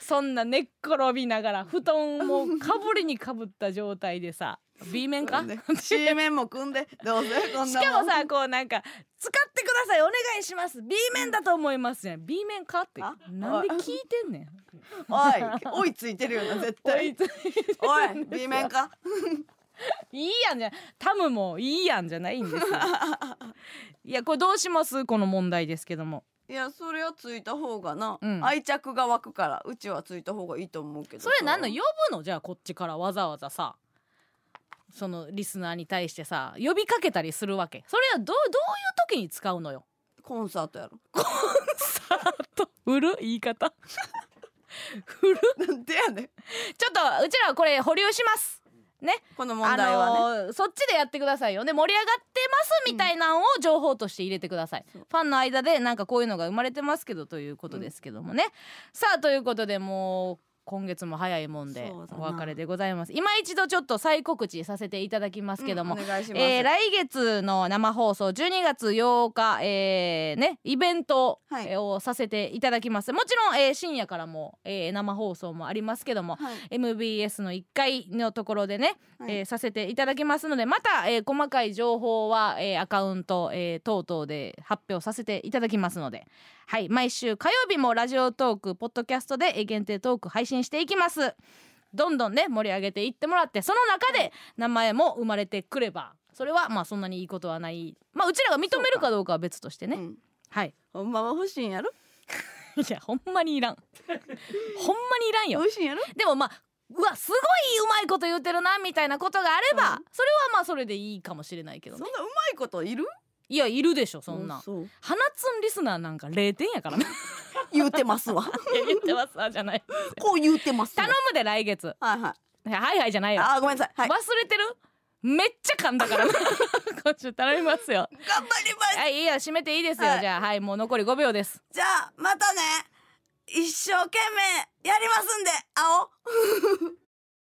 そんな寝っ転びながら布団もかぶりにかぶった状態でさ B 面か C 面も組んでどうせこんしなかもんさこうなんか「使ってくださいお願いします B 面だと思いますね B 面か?」ってあなんで聞いてんねんおい追いついてるよな絶 追対いついてるんですよおい B 面かいいやんじゃタムもいいやんじゃな いんですよいやこれどうしますこの問題ですけどもいやそれはついた方がな、うん愛着が湧くからうちはついた方がいいと思うけどそれ何のよ呼ぶのじゃあこっちからわざわざさそのリスナーに対してさ呼びかけたりするわけそれはどうどういう時に使うの よコンサート やろさあと売る言い 方売るなんでやねんちょっとうちらはこれ保留しますこの問題はね、あのーそっちでやってくださいよで盛り上がってますみたいなのを情報として入れてください、そうファンの間でなんかこういうのが生まれてますけどということですけどもね、さあということでもう今月も早いもんでそうだおな別れでございます今一度ちょっと再告知させていただきますけども、うんお願いします、えー来月の生放送12月8日、えーね、イベントはいえーをさせていただきます、もちろん、えー深夜からも、えー生放送もありますけども、はい MBS の1階のところでね、はいえーさせていただきますのでまた、えー細かい情報は、えーアカウント、えー等々で発表させていただきますので、はい、毎週火曜日もラジオトークポッドキャストで、えー限定トーク配信していきます。どんどんね盛り上げていってもらってその中で名前も生まれてくればそれはまあそんなにいいことはないまあうちらが認めるかどうかは別としてね、うんはいほんまは欲しいんやろいやほんまにいらんほんまにいらんよ欲しいんやろでもまあうわすごいうまいこと言ってるなみたいなことがあれば、うんそれはまあそれでいいかもしれないけそどんなうねまいこといるいやいるでしょそんうなそう花ツンリスナーなんか0点や からね言うてます わいや言ってますあじゃないこう言うてますわ 頼むで来月はいはいはいはいじゃないよあーごめんなさいはい忘れてるめっちゃ噛んだから な今週頼みます よ頑張りますはいいいや締めていいですよ、はいじゃあはいもう残り5秒ですじゃあまたね一生懸命やりますんで青